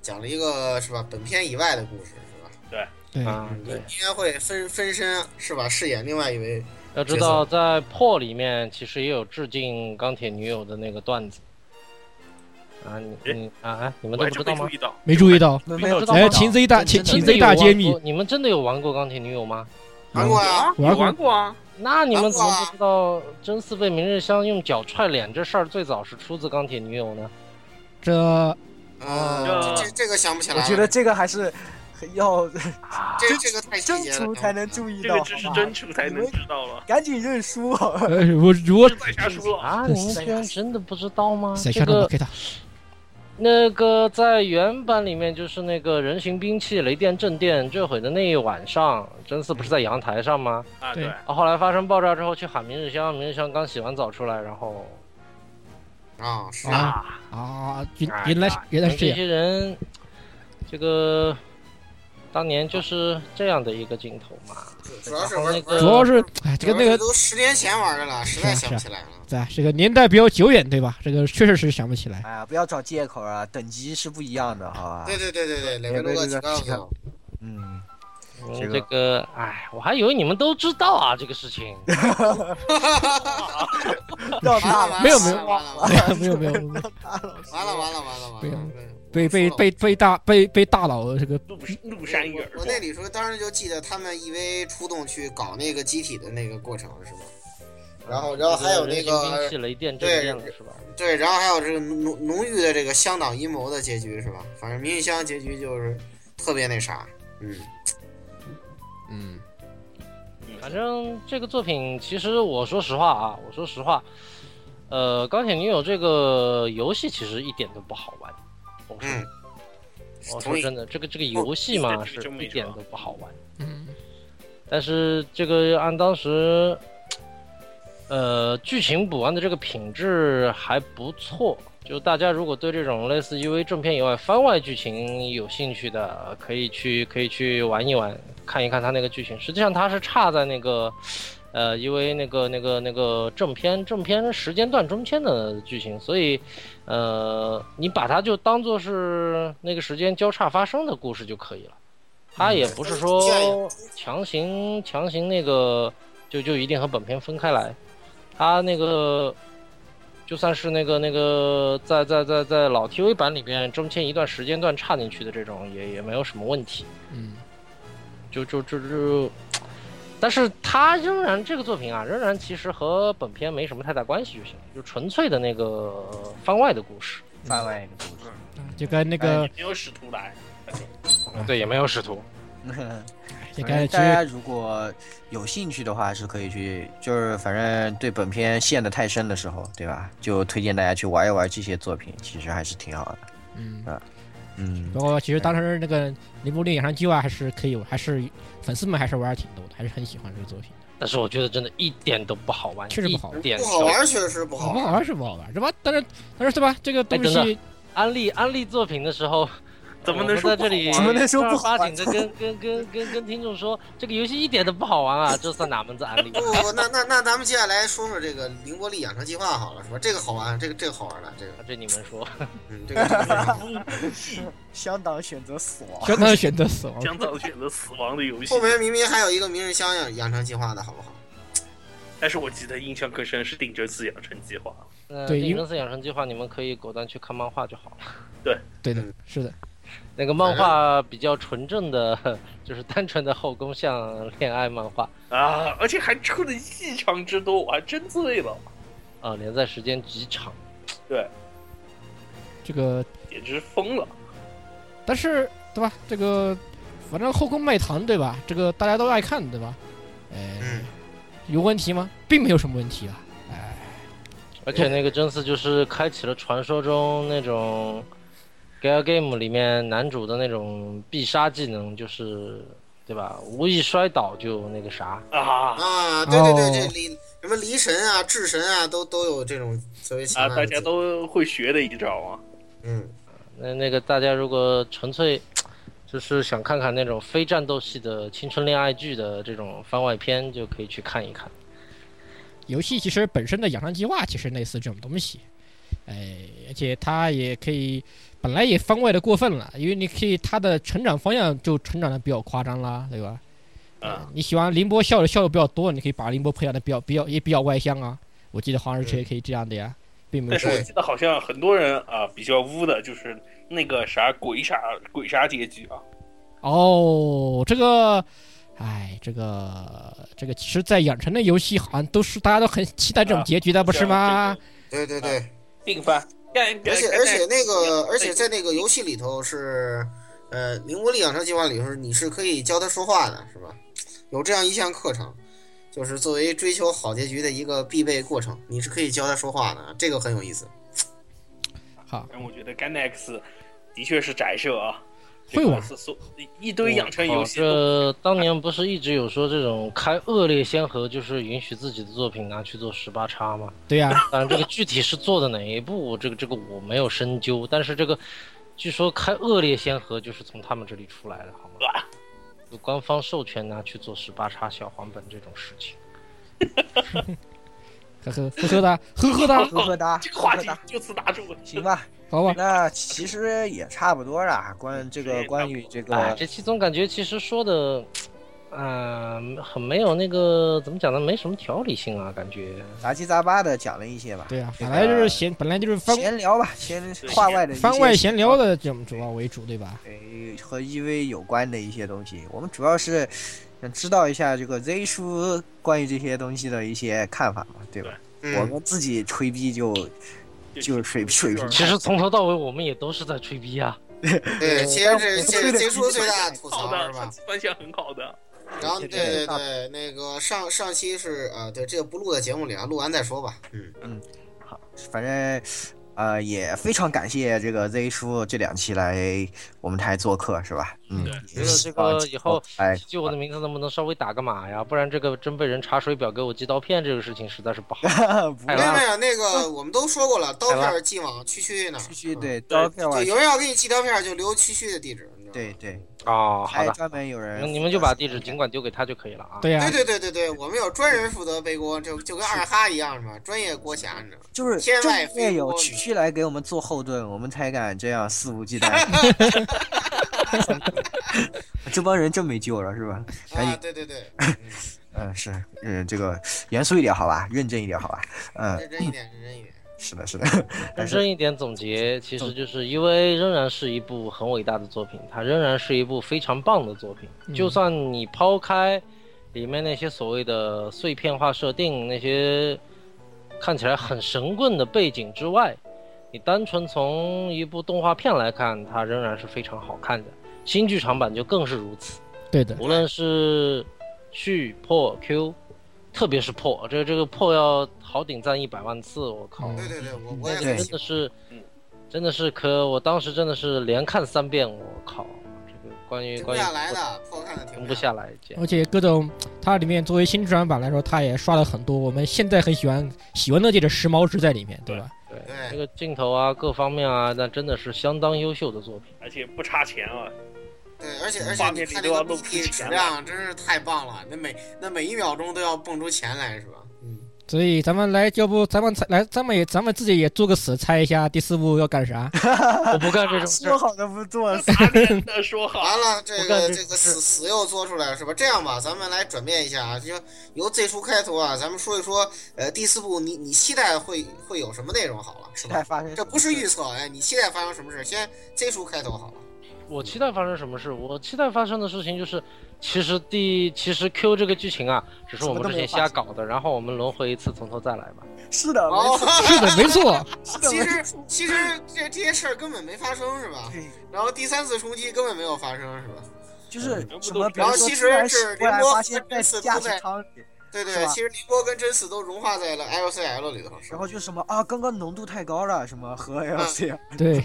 S2: 讲了一个是吧，本片以外的故事是吧？
S4: 对，
S2: 啊，你
S6: 对
S2: 应该会分分身是吧，饰演另外一位
S5: 要知道，在破里面其实也有致敬钢铁女友的那个段子。啊，你你啊啊，你们
S6: 我
S5: 都
S6: 还
S5: 不
S6: 真
S5: 知道
S6: 没注
S5: 吗？
S6: 意到，
S4: 没注意到。
S3: 没
S6: 没
S3: 没有注
S5: 知道
S3: 意
S5: 吗
S4: 哎，
S3: 到
S4: 擒贼大擒
S3: 真的
S4: 擒贼大揭秘，
S5: 你们真的有玩过钢铁女友吗？
S2: 玩过呀，
S6: 有
S4: 玩过
S6: 玩过啊，
S5: 那你们怎么不知道真嗣被明日香用脚踹脸这事儿最早是出自钢铁女友呢？
S4: 这呃
S2: 嗯，这这个想不起来
S3: 我
S2: 了，
S3: 觉得这个还是 要
S2: 这这个太细
S3: 真
S2: 节了
S3: 出，才能注意
S6: 这
S3: 到，
S6: 个
S3: 好
S6: 知识
S3: 吧
S6: 真处才能知道了，
S3: 赶紧认输 啊！
S4: 呃我我
S6: 这再瞎说了。
S5: 啊，你们居然真的不知道吗？
S4: 谁
S5: 这
S4: 看到了
S5: 个
S4: 给他
S5: 那个在原版里面就是那个人形兵器雷电震电坠毁的那一晚上，真嗣不是在阳台上吗？
S6: 啊，
S4: 对
S6: 对，
S5: 啊，后来发生爆炸之后去喊明日香，明日香刚洗完澡出来，然后
S2: 啊，是
S4: 啊啊！原
S6: 哎
S4: 原来是原来是这
S5: 这
S4: 样，
S5: 些人，这个当年就是这样的一个镜头嘛。
S2: 主要是
S5: 然后那
S2: 玩
S5: 个
S4: 主要是哎，这个那个
S2: 都十年前玩的了，实在想不起来了。
S4: 在这个年代比较久远，对吧？这个确实是想不起 来。
S3: 哎呀，不要找借口啊，等级是不一样的，好吧
S2: 对？对对对对，雷文罗克提高了，
S3: 嗯，
S5: 嗯
S3: 这个
S5: 这个，哎，我还以为你们都知道啊，这个 事情。
S3: 要
S2: 完了
S3: 大
S2: 完了，
S4: 没有没
S2: 完
S4: 有
S2: 了完了
S4: 没有没有没有，
S2: 完了完了完了完了，
S4: 被被被被大被被大佬这个
S6: 陆陆山一耳
S2: 我
S6: 光，
S2: 那里时候当时就记得他们 EV 出动去搞那个机体的那个过程是吧？然后然后哦还有那
S5: 这人形兵
S2: 个
S5: 器雷电震电了是吧？
S2: 对，然后还有这个浓浓郁的这个香党阴谋的结局是吧？反正明玉香结局就是特别那啥，嗯嗯，
S5: 反正这个作品，其实我说实话啊，我说实话，呃，钢铁女友这个游戏其实一点都不好玩。我说，
S2: 嗯
S5: 我
S2: 同
S5: 说
S2: 意
S5: 真的，这个这个游戏嘛，
S6: 哦
S5: 是
S6: 这么一
S5: 一点
S6: 说
S5: 都不好玩。
S4: 嗯
S5: 但是这个按当时，呃，剧情补完的这个品质还不错。就大家如果对这种类似 UV 正片以外番外剧情有兴趣的，可以去可以去玩一玩，看一看它那个剧情。实际上它是差在那个，呃，因为那个那个那个正片正片时间段中间的剧情，所以，呃，你把它就当做是那个时间交叉发生的故事就可以了。它也不是说强行强行那个就就一定和本片分开来，它那个就算是那个那个在在在在老 TV 版里边中间一段时间段插进去的这种也也没有什么问题，
S4: 嗯，
S5: 就就就就，但是它仍然这个作品啊，仍然其实和本片没什么太大关系就行了，就纯粹的那个番外的故事，
S3: 番外一个故事。
S4: 就跟那个
S6: 也没有使徒来，
S4: 嗯
S5: 对，也没有使徒，
S4: 就
S3: 反正
S4: 跟
S3: 哎大家如果有兴趣的话，是可以去，就是反正对本片陷得太深的时候，对吧？就推荐大家去玩一玩这些作品，其实还是挺好的。
S4: 嗯。
S3: 嗯，
S4: 包括其实当时那个林布利演唱计划还是可以，还是粉丝们还是玩的挺多的，还是很喜欢这个作品的。
S5: 但是我觉得真的一点都不好玩，
S4: 确实不好玩
S5: 一点
S2: 不
S5: 都
S2: 好玩确实不好
S4: 不好
S2: 玩，
S4: 玩是不好玩，是吧？但是但是对吧？这个东
S5: 哎
S4: 西
S5: 安利安利作品的时候，
S6: 怎么
S5: 我
S6: 能
S5: 们
S6: 说
S5: 在
S6: 不
S5: 这里
S6: 好
S3: 怎
S6: 玩啊
S3: 么能说不
S5: 正
S3: 好
S5: 儿
S3: 玩
S5: 八经的跟跟跟跟跟听众说这个游戏一点都不好玩啊？这 算哪门子安利
S2: 不？不不，那那那咱们接下来说说这个凌波丽养成计划好了，是吧？这个好玩，这个这个好玩的，这个
S5: 这你们说，
S2: 嗯，这个这个
S3: 相当选择死亡。
S4: 相当于选择死亡。
S6: 将造选择死亡的游戏
S2: 后。面明明还有一个明日香养养成计划的好不好？
S6: 但是我记得印象更深是定真寺养成计划，
S5: 呃，
S4: 对因为
S5: 定真寺养成计划，你们可以果断去看漫画就好了。
S4: 对
S3: 嗯
S4: 的，是的，
S5: 那个漫画比较纯正的， 就是单纯的后宫向恋爱漫画，
S6: 啊，而且还出的异常之多，我还真醉了，
S5: 啊，连载时间极长。
S4: 这个
S6: 简直疯了。
S4: 但是对吧？这个反正后宫卖糖对吧？这个大家都爱看对吧？哎，
S2: 嗯，
S4: 有问题吗？并没有什么问题啊。哎，
S5: 而且那个真嗣就是开启了传说中那种 gal game 里面男主的那种必杀技能，就是对吧？无意摔倒就那个啥，
S6: 啊
S2: 啊，对对
S4: 哦
S2: 对，这离什么离神啊、智神啊，都都有这种特别奇怪！
S6: 啊
S2: 的
S6: 大
S2: 技
S6: 家都会学的一招啊，
S2: 嗯，
S5: 那那个大家如果纯粹就是想看看那种非战斗系的青春恋爱剧的这种番外篇，就可以去看一看。
S4: 游戏其实本身的养成计划其实类似这种东西，哎，而且它也可以，本来也番外的过分了，因为你可以它的成长方向就成长的比较夸张啦，对吧？哎
S6: 啊，
S4: 你喜欢凌波笑的笑的比较多，你可以把凌波培养的比较比较也比较外向啊。我记得好像是
S2: 嗯
S4: 也可以这样的呀，并没有
S6: 但是
S4: 说
S6: 我记得好像很多人啊比较污的就是那个啥鬼杀鬼杀结局啊，
S4: 哦，这个，哎，这个这个，其实，在养成的游戏好像都是大家都很期待这种
S6: 啊
S4: 结局的，不是吗？
S2: 对对对，
S6: 定番。干
S2: 而且而且那个
S6: 对
S2: 而且在那个游戏里头是，呃，灵活力养成计划里头是你是可以教他说话的，是吧？有这样一项课程，就是作为追求好结局的一个必备过程，你是可以教他说话的，这个很有意思。
S4: 好，
S6: 但我觉得 Ganex 的确是宅社啊，
S4: 会玩
S6: 是所一堆养成游
S5: 好，
S6: 戏都
S5: 这当年不是一直有说这种开恶劣先河，就是允许自己的作品拿去做十八叉吗？
S4: 对呀、
S5: 当然，这个具体是做的哪一步，这个这个我没有深究，但是这个据说开恶劣先河就是从他们这里出来的，好吗？有官方授权拿去做十八叉小黄本这种事情，
S4: 呵呵呵呵的，呵呵 的，
S3: 呵呵哒，
S6: 哦这个话题
S3: 呵呵哒
S6: 就此打住。
S3: 行吧，
S4: 好吧，
S3: 那其实也差不多啦。关这个
S6: 嗯
S3: 关于这
S5: 哎，
S3: 个
S5: 这期总感觉其实说的，嗯、很没有那个怎么讲呢，没什么条理性啊，感觉。
S6: 哎
S3: 杂七杂八的讲了一些吧，
S4: 对呀、
S3: 这
S4: 本
S3: 个
S4: 来就是闲，本来就是番
S3: 闲聊吧，闲
S6: 对
S3: 话外的一些
S4: 番外闲聊的这种主要为主，对吧？
S3: 对和 EV 有关的一些东西，我们主要是想知道一下这个 Z 叔关于这些东西的一些看法嘛，对吧？我
S2: 嗯，
S3: 们自己吹逼就就是水水平
S5: 其实从头到尾我们也都是在吹逼啊，
S2: 对，其实这这
S3: 对的
S2: 这出最大的吐
S6: 好
S2: 槽
S6: 的
S2: 是，吧？
S6: 反响很好的。
S2: 然后对对
S3: 对对
S2: 对，那个上上期是啊、对这个不录在节目里啊，录完再说吧。嗯，
S3: 反正呃也非常感谢这个 Z 叔这两期来我们台做客，是吧？嗯
S6: 对，
S5: 觉得这个以后
S3: 哎，
S5: 记我的名字能不能稍微打个码呀？不然这个真被人查水表给我寄刀片这个事情实在是不好。
S3: 不
S2: 没
S5: 哎
S2: 有
S5: 呀
S2: 没有，那个我们都说过了，刀
S5: 来吧
S2: 片寄往区区那儿，
S3: 必须
S2: 嗯
S3: 对刀片
S2: 就
S3: 儿，
S2: 有人要给你寄刀片儿，就留区区的地址，你知道吗？
S3: 对对，
S5: 哦，好
S3: 还
S5: 的，
S3: 专门有人
S5: 那你们就把地址尽管丢给他就可以了啊。
S4: 对呀、
S2: 对对对对对，我们有专人负责背锅，就就跟二哈一样是吧？专业锅侠，你知道吗？
S3: 就是
S2: 天
S3: 正
S2: 外
S3: 面
S2: 飞
S3: 有
S2: 锅
S3: 区区来给我们做后盾，我们才敢这样肆无忌 惮。这帮人真没救了，是吧？赶
S5: 哎
S2: 啊，对
S3: 紧，
S2: 对 对，
S3: 嗯，是，嗯，这个严肃一点，好吧，认真一点，好吧，嗯，
S2: 认真一点，认真一点。
S3: 是的，是 的，但
S5: 认
S3: 是
S5: 真一点总结，其实就是因为仍然是一部很伟大的作品，它仍然是一部非常棒的作品。
S4: 嗯
S5: 就算你抛开里面那些所谓的碎片化设定，那些看起来很神棍的背景之外，你单纯从一部动画片来看，它仍然是非常好看的。新剧场版就更是如此，
S4: 对的，
S5: 无论是续破 Q，特别是破，这个这个破要好顶赞一百万次，我靠！
S4: 嗯
S2: 对对对，我我也
S5: 那
S2: 很喜
S5: 个真
S2: 欢
S5: 的是
S6: 嗯，
S5: 真的是可，我当时真的是连看三遍，我靠，这个关于
S2: 停不
S5: 关于
S2: 下来的，破看的停
S5: 停不下来，这
S4: 而且各种它里面作为新出版版来说，它也刷了很多我们现在很喜欢喜闻乐见的时髦值在里面，对吧？
S5: 对
S2: 对
S5: 这个镜头啊，各方面啊，那真的是相当优秀的作品。
S6: 而且不差钱啊，
S2: 对，而且而且
S6: 画
S2: 你
S6: 面
S2: 看
S6: 里
S2: 这
S6: 都要
S2: 个
S6: 露
S2: B
S6: 出
S2: T
S6: 钱
S2: 质
S6: 来
S2: 量真是太棒了，那每那每一秒钟都要蹦出钱来是吧？嗯，
S4: 所以咱们来，要不咱们猜来，咱们也咱们自己也做个死，猜一下第四部要干啥？
S5: 我不干这种事
S3: 说
S5: 儿，
S3: 好的不
S2: 嗯
S3: 做，
S6: 打脸的说好。
S2: 完了，这
S5: 我
S2: 个
S5: 感觉
S2: 这个
S5: 是
S2: 死死又做出来了是吧？这样吧，咱们来转变一下啊，就由最初开头啊，咱们说一说，呃，第四部你你期待会会有什么内容好了，是
S3: 太
S2: 吧？
S3: 发生什么事，
S2: 这不是预测，哎，你期待发生什么事？先 Z 叔开头好了。
S5: 我期待发生什么事？我期待发生的事情就是，其实第其实 Q 这个剧情啊，只是我们之前瞎搞的，然后我们轮回一次，从头再来吧。
S3: 是的，没
S2: 哦
S3: 错，，
S4: 是的，没错，
S3: 是的，
S2: 其
S3: 没
S2: 实其实这这些事儿根本没发生是吧？
S3: 对，
S2: 然后第三次冲击根本没有发生是吧？
S3: 就是
S6: 嗯
S3: 什么，比
S2: 然
S3: 如
S2: 后
S3: 说
S2: 其
S3: 突
S2: 实
S3: 然
S2: 是
S3: 醒过来
S2: 联播
S3: 发现在
S2: 这次都
S3: 驾驶
S2: 在
S3: 舱里，
S2: 对
S3: 是
S2: 对，
S3: 吧
S2: 其实宁波跟真嗣都融化在了 LCL 里头，是吧
S3: 然后就什么啊，刚刚浓度太高了，什么和
S2: 嗯
S3: LC
S4: 对，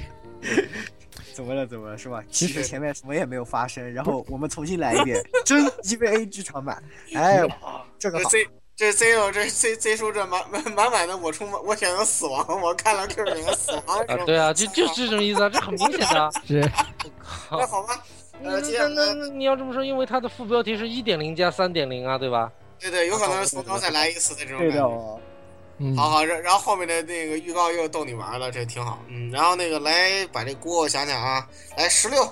S3: 怎么了？怎么了？是吧？
S4: 其
S3: 其
S4: 实
S3: 实前面什么也没有发生，然后我们重新来一遍， 真 EVA 剧场版。哎，
S6: 啊，
S3: 这个
S2: 这
S3: 好，
S2: Z 这 Z 有这 Z Z 叔这满满满满的我充满我选择死亡，我看了 Q 选择死亡
S5: 啊，对啊，就就是
S2: 是
S5: 这种意思啊，这很明显 的、啊。
S4: 是
S5: 我靠
S2: 那，好吧，
S5: 那
S2: 呃
S5: 嗯那
S2: 接下来
S5: 那那你要这么说，因为它的副标题是一点零加三点零啊，对吧？
S2: 对对，有可能从头再来一次的这种
S7: 对
S2: 感
S7: 的
S2: 觉。
S7: 哦，
S4: 嗯，
S2: 好好，然然后后面的那个预告又逗你玩了，这挺好。嗯，然后那个来把这锅我想想啊，来十六，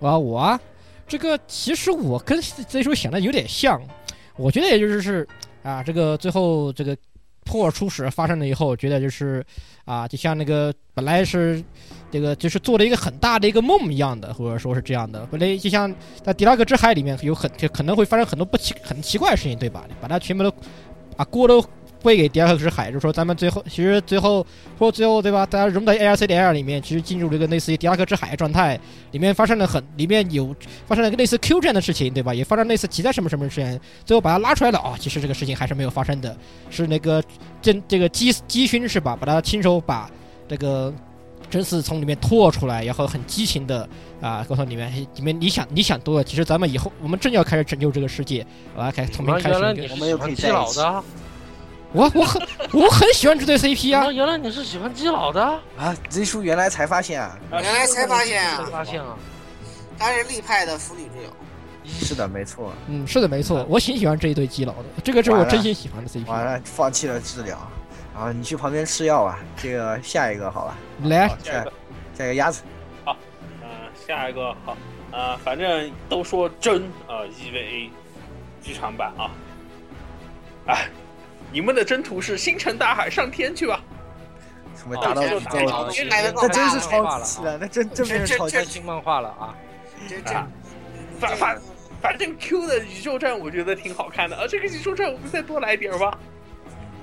S4: 啊，我啊，这个其实我跟 Z 叔想的有点像，我觉得也就是是啊，这个最后这个破初始发生了以后，觉得就是啊，就像那个本来是这个就是做了一个很大的一个梦一样的，或者说是这样的，本来就像在《迪拉克之海》里面有很可可能会发生很多不奇很奇怪的事情，对吧？你把它全部都啊锅都。归给迪拉克之海，就说咱们最后，其实最后说最后对吧？大家融到 ARCDL 里面，其实进入了一个类似于迪拉克之海的状态，里面发生了很，里面有发生了类似 Q 站的事情，对吧？也发生类似其他什么什么事情，最后把他拉出来了啊、其实这个事情还是没有发生的，是那个这这个姬姬勋是吧？把他亲手把这个真嗣从里面拖出来，然后很激情的啊告诉你们，嘿你们你想你想多了，其实咱们以后我们正要开始拯救这个世界，我要开从
S5: 啊
S4: 面开始
S5: 原来
S4: 一
S5: 你
S4: 个。
S5: 是
S7: 我们又
S5: 喜
S7: 可以
S5: 欢
S7: 在
S5: 基
S7: 一
S5: 佬
S7: 起
S5: 的啊，
S4: 我我很我很喜欢这对 CP 啊
S5: 啊，，原来你是喜欢基佬的啊，
S3: 啊，Z 叔原来才发现啊，
S2: 原来才发现啊
S5: 才发现啊，
S2: 他是力派的腐女之友。
S3: 是的，没错。
S4: 嗯，是的，没错，我挺喜欢这一对基佬的，这个是我
S3: 完了
S4: 真心喜欢的 CP。
S3: 完了，放弃了治疗，啊，你去旁边吃药吧。这个下一个好吧，
S4: 来，
S6: 下一个，
S3: 下一个鸭子，
S6: 呃，下一个好，呃，反正都说真啊、呃、，EVA 剧场版啊，哎，你们的征途是星辰大海上天去吧，
S3: 什么大到宇宙
S2: 哦
S3: 啊，
S2: 这来得够
S3: 那
S2: 大
S3: 真是
S2: 了
S3: 超级气了，那真真
S2: 这
S3: 是超级
S2: 这
S5: 看新漫画了啊，
S2: 这这
S6: 啊反反反正 Q 的宇宙战我觉得挺好看的，啊，这个宇宙战我们再多来点儿吧。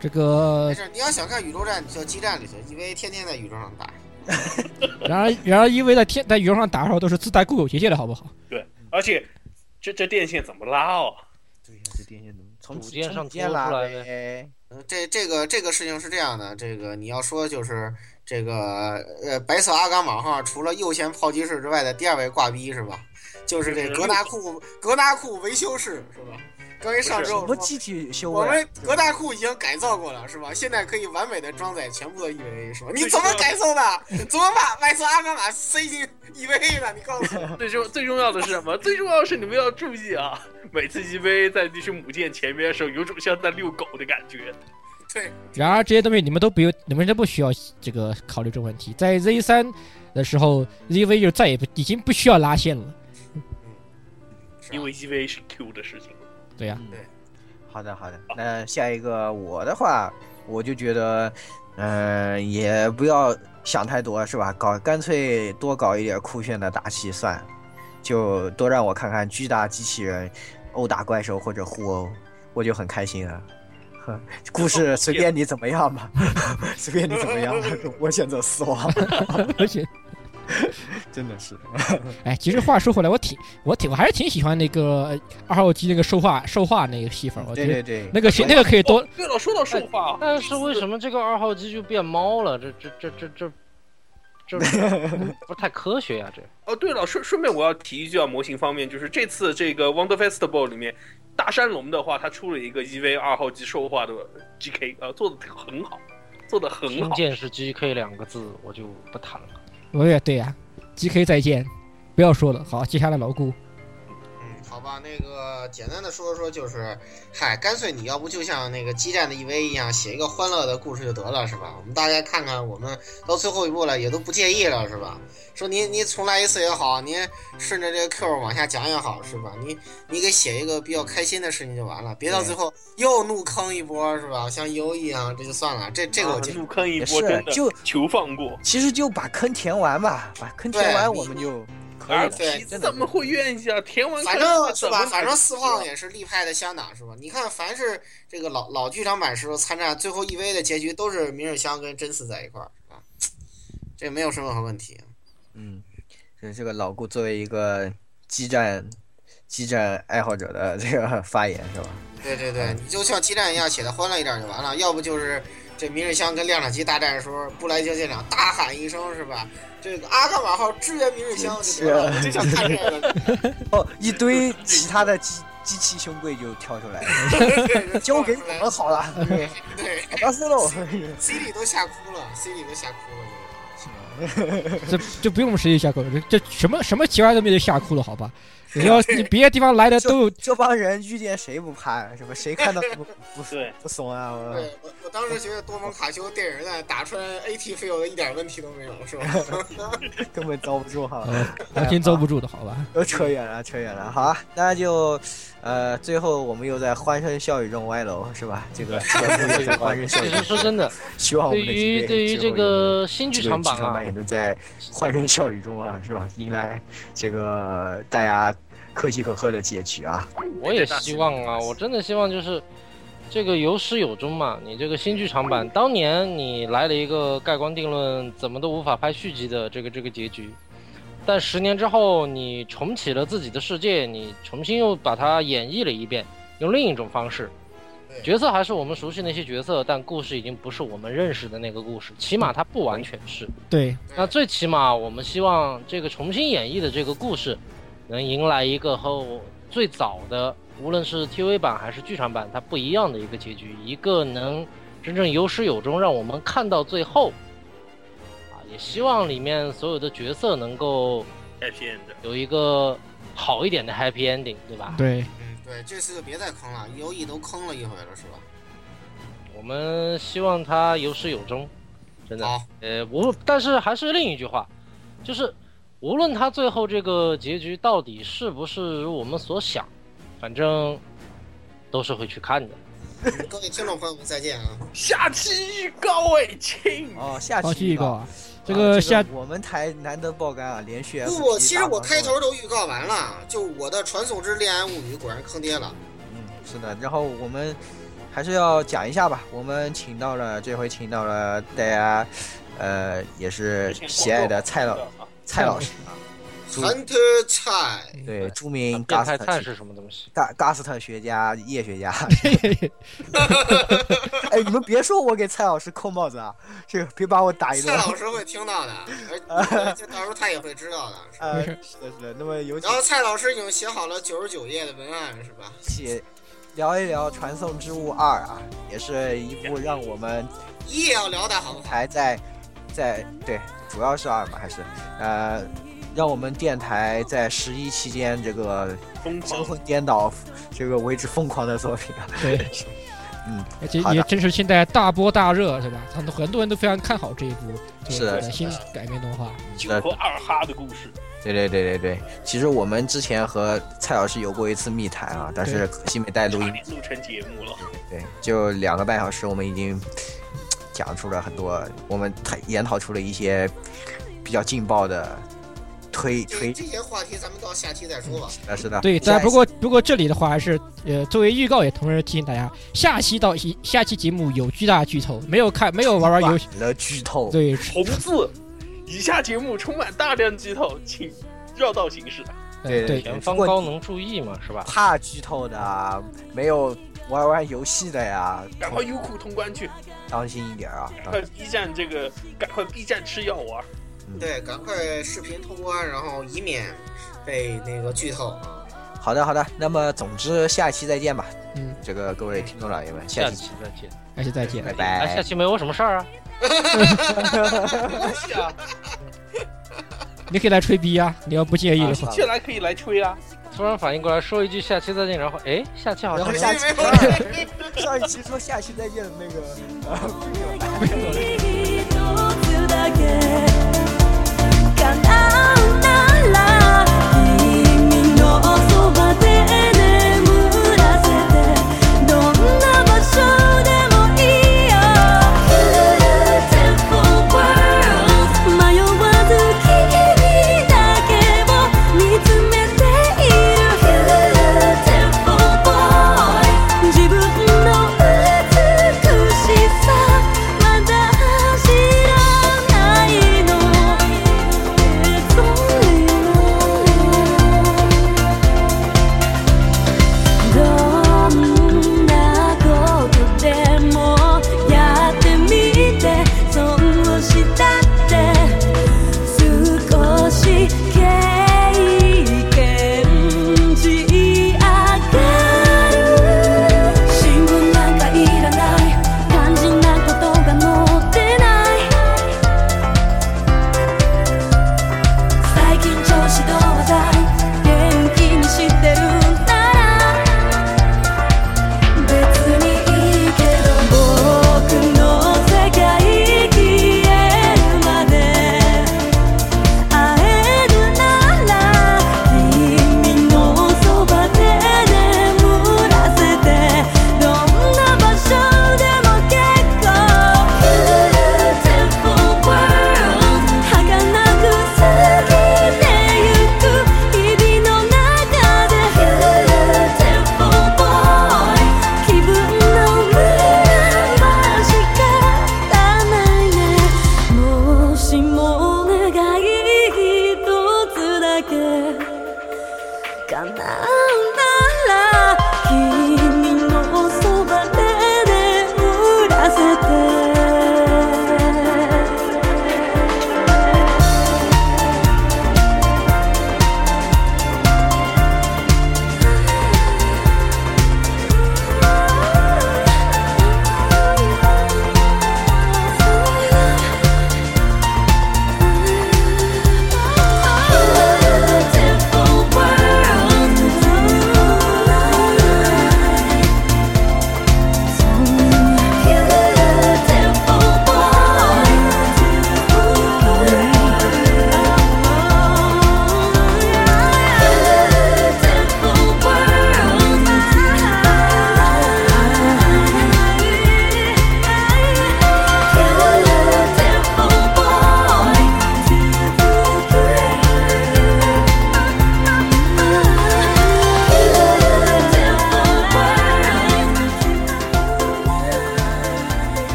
S4: 这个
S2: 没事，你要想看宇宙战，你就基站里去，因为天天在宇宙上打。
S4: 然而，然而，因为在天在宇宙上打的时候都是自带固有结界的，好不好？
S6: 而且这这电线怎么拉哦？
S3: 对呀，这电线怎么从
S5: 组件上
S3: 从间哎
S5: 拖
S3: 拉
S5: 出来
S3: 呗？
S2: 呃这这个这个事情是这样的，这个你要说就是这个呃，白色阿甘网号除了右舷炮击室之外的第二位挂逼是吧？就是这格纳库格纳库维修室是吧？关于上
S3: 什
S2: 周
S3: 么集体修
S2: 我
S3: 为啊
S2: 们？格纳库已经改造过了，是吧？现在可以完美的装载全部的 EVA，是吧？你怎么改造的？怎么把外侧阿甘玛塞进 E EVA 的？你告诉我。
S6: 最重最重要的是什么？最重要的是你们要注意啊！每次 EVA 在那些母舰前面的时候，有种像在遛狗的感觉。
S2: 对，
S4: 然而，这些东西你们都不用，你们都不需要这个考虑这个问题。在 Z 三的时候，ZV 就再也不已经不需要拉线了。
S2: 是吧
S6: 因为 EVA 是 Q 的事情。
S4: 对呀、
S3: 嗯
S2: 对
S3: 好的好的，那下一个我的话，我就觉得，嗯、也不要想太多，是吧？搞干脆多搞一点酷炫的打戏算了，就多让我看看巨大机器人殴打怪兽或者互殴，我就很开心了。啊呵故事随便你怎么样吧， 随便你怎么样吧，我选择死亡，
S4: 而且，
S3: 真的 是。
S4: 哎，其实话说回来，我挺我挺我还是挺喜欢那个呃二号机那个兽化兽化那个戏份儿，我觉
S3: 对
S4: 得
S3: 对对，
S4: 那个谁那个可以多
S6: 哦。对了，说到兽化啊，
S5: 但是为什么这个二号机就变猫了？这这这这这。这不是太科学呀、这
S6: 哦，对了，顺顺便我要提一句啊，模型方面，就是这次这个 Wonder Festival 里面，大山龙的话，它出了一个 EV 二号机兽化的 GK，呃，做的很好，做的很
S5: 听
S6: 好。
S5: 见是 GK 两个字，我就不谈了。
S4: 我也对呀、g k 再见，不要说了。好，接下来老顾，
S2: 嗯，好吧，那个简单的说说就是，嗨，干脆你要不就像那个激战的 EVA 一样，写一个欢乐的故事就得了，是吧？我们大家看看，我们到最后一步了，也都不介意了，是吧？说您您重来一次也好，您顺着这个 Q 往下讲也好，是吧？你你给写一个比较开心的事情就完了，别到最后又怒坑一波，是吧？像 U 一样，这就算了，这这个我
S6: 啊
S2: 接受。
S6: 入坑一
S3: 也
S6: 波，
S3: 是
S6: 真的
S3: 就
S6: 求放过。
S3: 其实就把坑填完吧，把坑填
S2: 对
S3: 完
S2: 你
S3: 我们就可以
S6: 而
S3: 了。
S6: 且
S3: 真的
S6: 怎么会愿意啊？填 完
S2: 反
S6: 坑
S2: 正是
S6: 怎
S2: 吧？
S6: 么
S2: 反正四
S6: 放
S2: 胖也是力派的香党是吧？你看，凡是这个老老剧场版时候参战，最后 EV 的结局都是明日香跟真嗣在一块儿啊，这没有什么问题。
S3: 嗯，这这个老顾作为一个激战激战爱好者的这个发言是吧？
S2: 对对
S6: 哎
S2: 对，你就像激战一样写的欢乐一点就完了，要不就是这明日香跟亮闪旗大战的时候，布莱京舰长大喊一声是吧？这个阿卡马号支援明日香就得了，我就想看这个。
S3: 哦，一堆其他的机机器兄贵就跳出来了，
S2: 对
S3: 交给我们好了，
S2: 对对
S3: 打死 喽！
S2: ，C D 都吓哭了，C D 都吓哭了。
S4: 这这不用实际下口，这这什么什么奇怪都没有吓哭了，好吧？你 要你别的地方来的都有
S3: 就 这帮人遇见谁不怕？什么谁看到不不
S6: 对
S3: 不怂啊？我
S7: 对我，我当时觉得多蒙卡修电影弹打穿 AT Field 一点问题都没有，是吧？
S3: 根本遭不住哈。
S4: 呃，完全 遭不住的，好吧？
S3: 又扯远了，扯远了。好啊，那就，呃，最后我们又在欢声笑语中歪楼，是吧？这个这个又在 欢声笑
S5: 其
S3: 语
S5: 实
S3: 中，
S5: 说真的，
S3: 希望我
S5: 对
S3: 们的
S5: 于对于这个新剧
S3: 剧
S5: 场
S3: 场
S5: 版啊
S3: 版，也都在欢声笑语中啊，是吧？迎来这个大家可喜可贺的结局啊。
S5: 我也希望啊，我真的希望就是这个有始有终嘛。你这个新剧场版，当年你来了一个盖棺定论，怎么都无法拍续集的这个这个结局，但十年之后你重启了自己的世界，你重新又把它演绎了一遍，用另一种方式。
S7: 对
S5: 角色还是我们熟悉那些角色，但故事已经不是我们认识的那个故事，起码它不完全是。
S4: 对，
S2: 嗯
S5: 那最起码我们希望这个重新演绎的这个故事，能迎来一个和我最早的，无论是 TV 版还是剧场版，它不一样的一个结局，一个能真正有始有终，让我们看到最后。啊，也希望里面所有的角色能够
S6: happy end。
S5: 有一个好一点的 happy ending，对吧？
S4: 对，
S2: 嗯，对，这次别再坑了，U E 都坑了一回了，是吧？
S5: 我们希望它有始有终，真的。
S2: 好，
S5: 呃，无，但是还是另一句话，就是无论他最后这个结局到底是不是如我们所想，反正都是会去看的。
S2: 各位听众朋友们，再见啊！
S6: 下期预告哎，亲，
S3: 哦，下
S4: 好，
S3: 期
S4: 预
S3: 预
S4: 告
S3: 告。
S4: 啊，这个下
S3: 我们台难得爆肝啊，连续 FP
S2: 不，其实
S3: 大
S2: 我
S3: 爆
S2: 开
S3: 肝
S2: 头都预告完了，就我的《传送之恋爱物语》果然坑爹了。
S3: 嗯，是的，然后我们还是要讲一下吧。我们请到了这回请到了大家，呃，也是喜爱的蔡老蔡老师啊，朱
S2: Hunter 菜，
S3: 对著名
S5: 变
S3: 嘎斯
S5: 态
S3: 特
S5: 探
S3: 学
S5: 是什么东西？
S3: 嘎嘎斯特学家叶学家。哎，你们别说我给蔡老师扣帽子啊，这个别把我打一顿
S2: 蔡。老师会听到的，而这到时候他也会知道的。
S3: 呃， 是的，是的。那么有请
S2: 然后蔡老师已经写好了九十九页的文案，是吧？
S3: 起聊一聊《传送之物二》啊，也是一部让我们
S2: 一也要聊的好不好？
S3: 台在在对，主要是二嘛，还是呃，让我们电台在十一期间这个
S6: 疯
S3: 神
S6: 狂
S3: 魂颠倒，这个为之疯狂的作品啊。
S4: 对，
S3: 嗯，
S4: 而且
S3: 好的
S4: 也正是现在大波大热，是吧？很多很多人都非常看好这一部这
S3: 是的
S4: 个
S3: 是的
S4: 新改编动画，
S6: 九和二哈的故事，
S3: 对对对对对，其实我们之前和蔡老师有过一次密谈啊，但是可惜没带录
S6: 差
S3: 音，
S6: 点录成节目了。
S3: 对，就两个半小时，我们已经讲出了很多，我们探研讨出了一些比较劲爆的推
S2: 这
S3: 推。
S2: 这些话题咱们到下期再说吧。
S3: 啊，是的，
S4: 对，
S3: 下
S4: 但
S3: 一
S4: 不过不过这里的话还是呃，作为预告也同时提醒大家，下期到一下期节目有巨大剧透，没有看没有玩玩游戏，
S3: 次了剧透，
S4: 对，
S6: 红字，以下节目充满大量剧透，请绕道行驶。
S4: 呃
S3: 对
S4: 对，
S5: 前方高能注意嘛，是吧？
S3: 怕剧透的啊，没有玩玩游戏的呀，
S6: 赶快优酷通关去，
S3: 当心一点啊！
S6: 赶快 B 站这个，赶快 B 站吃药丸。
S2: 对，赶快视频通关，然后以免被那个剧透啊。
S3: 好的，好的，那么总之下期再见吧。
S4: 嗯，
S3: 这个各位听众老爷们，下
S5: 下
S3: 期见
S5: 期再见。
S4: 下期再见。
S3: 拜
S5: 哎，下
S3: 拜。
S5: 期没有什么事儿啊？
S6: 是 啊，
S4: 你可以来吹逼啊，你要不介意的话。
S6: 接下来可以来吹啊。
S5: 突然反应过来，说一句下期再见，然后哎，下期好
S3: 然
S5: 像
S3: 后
S5: 没有
S3: 下
S2: 没
S3: 期
S2: 有
S3: 上一期说下期再见的那个。
S1: Thank you.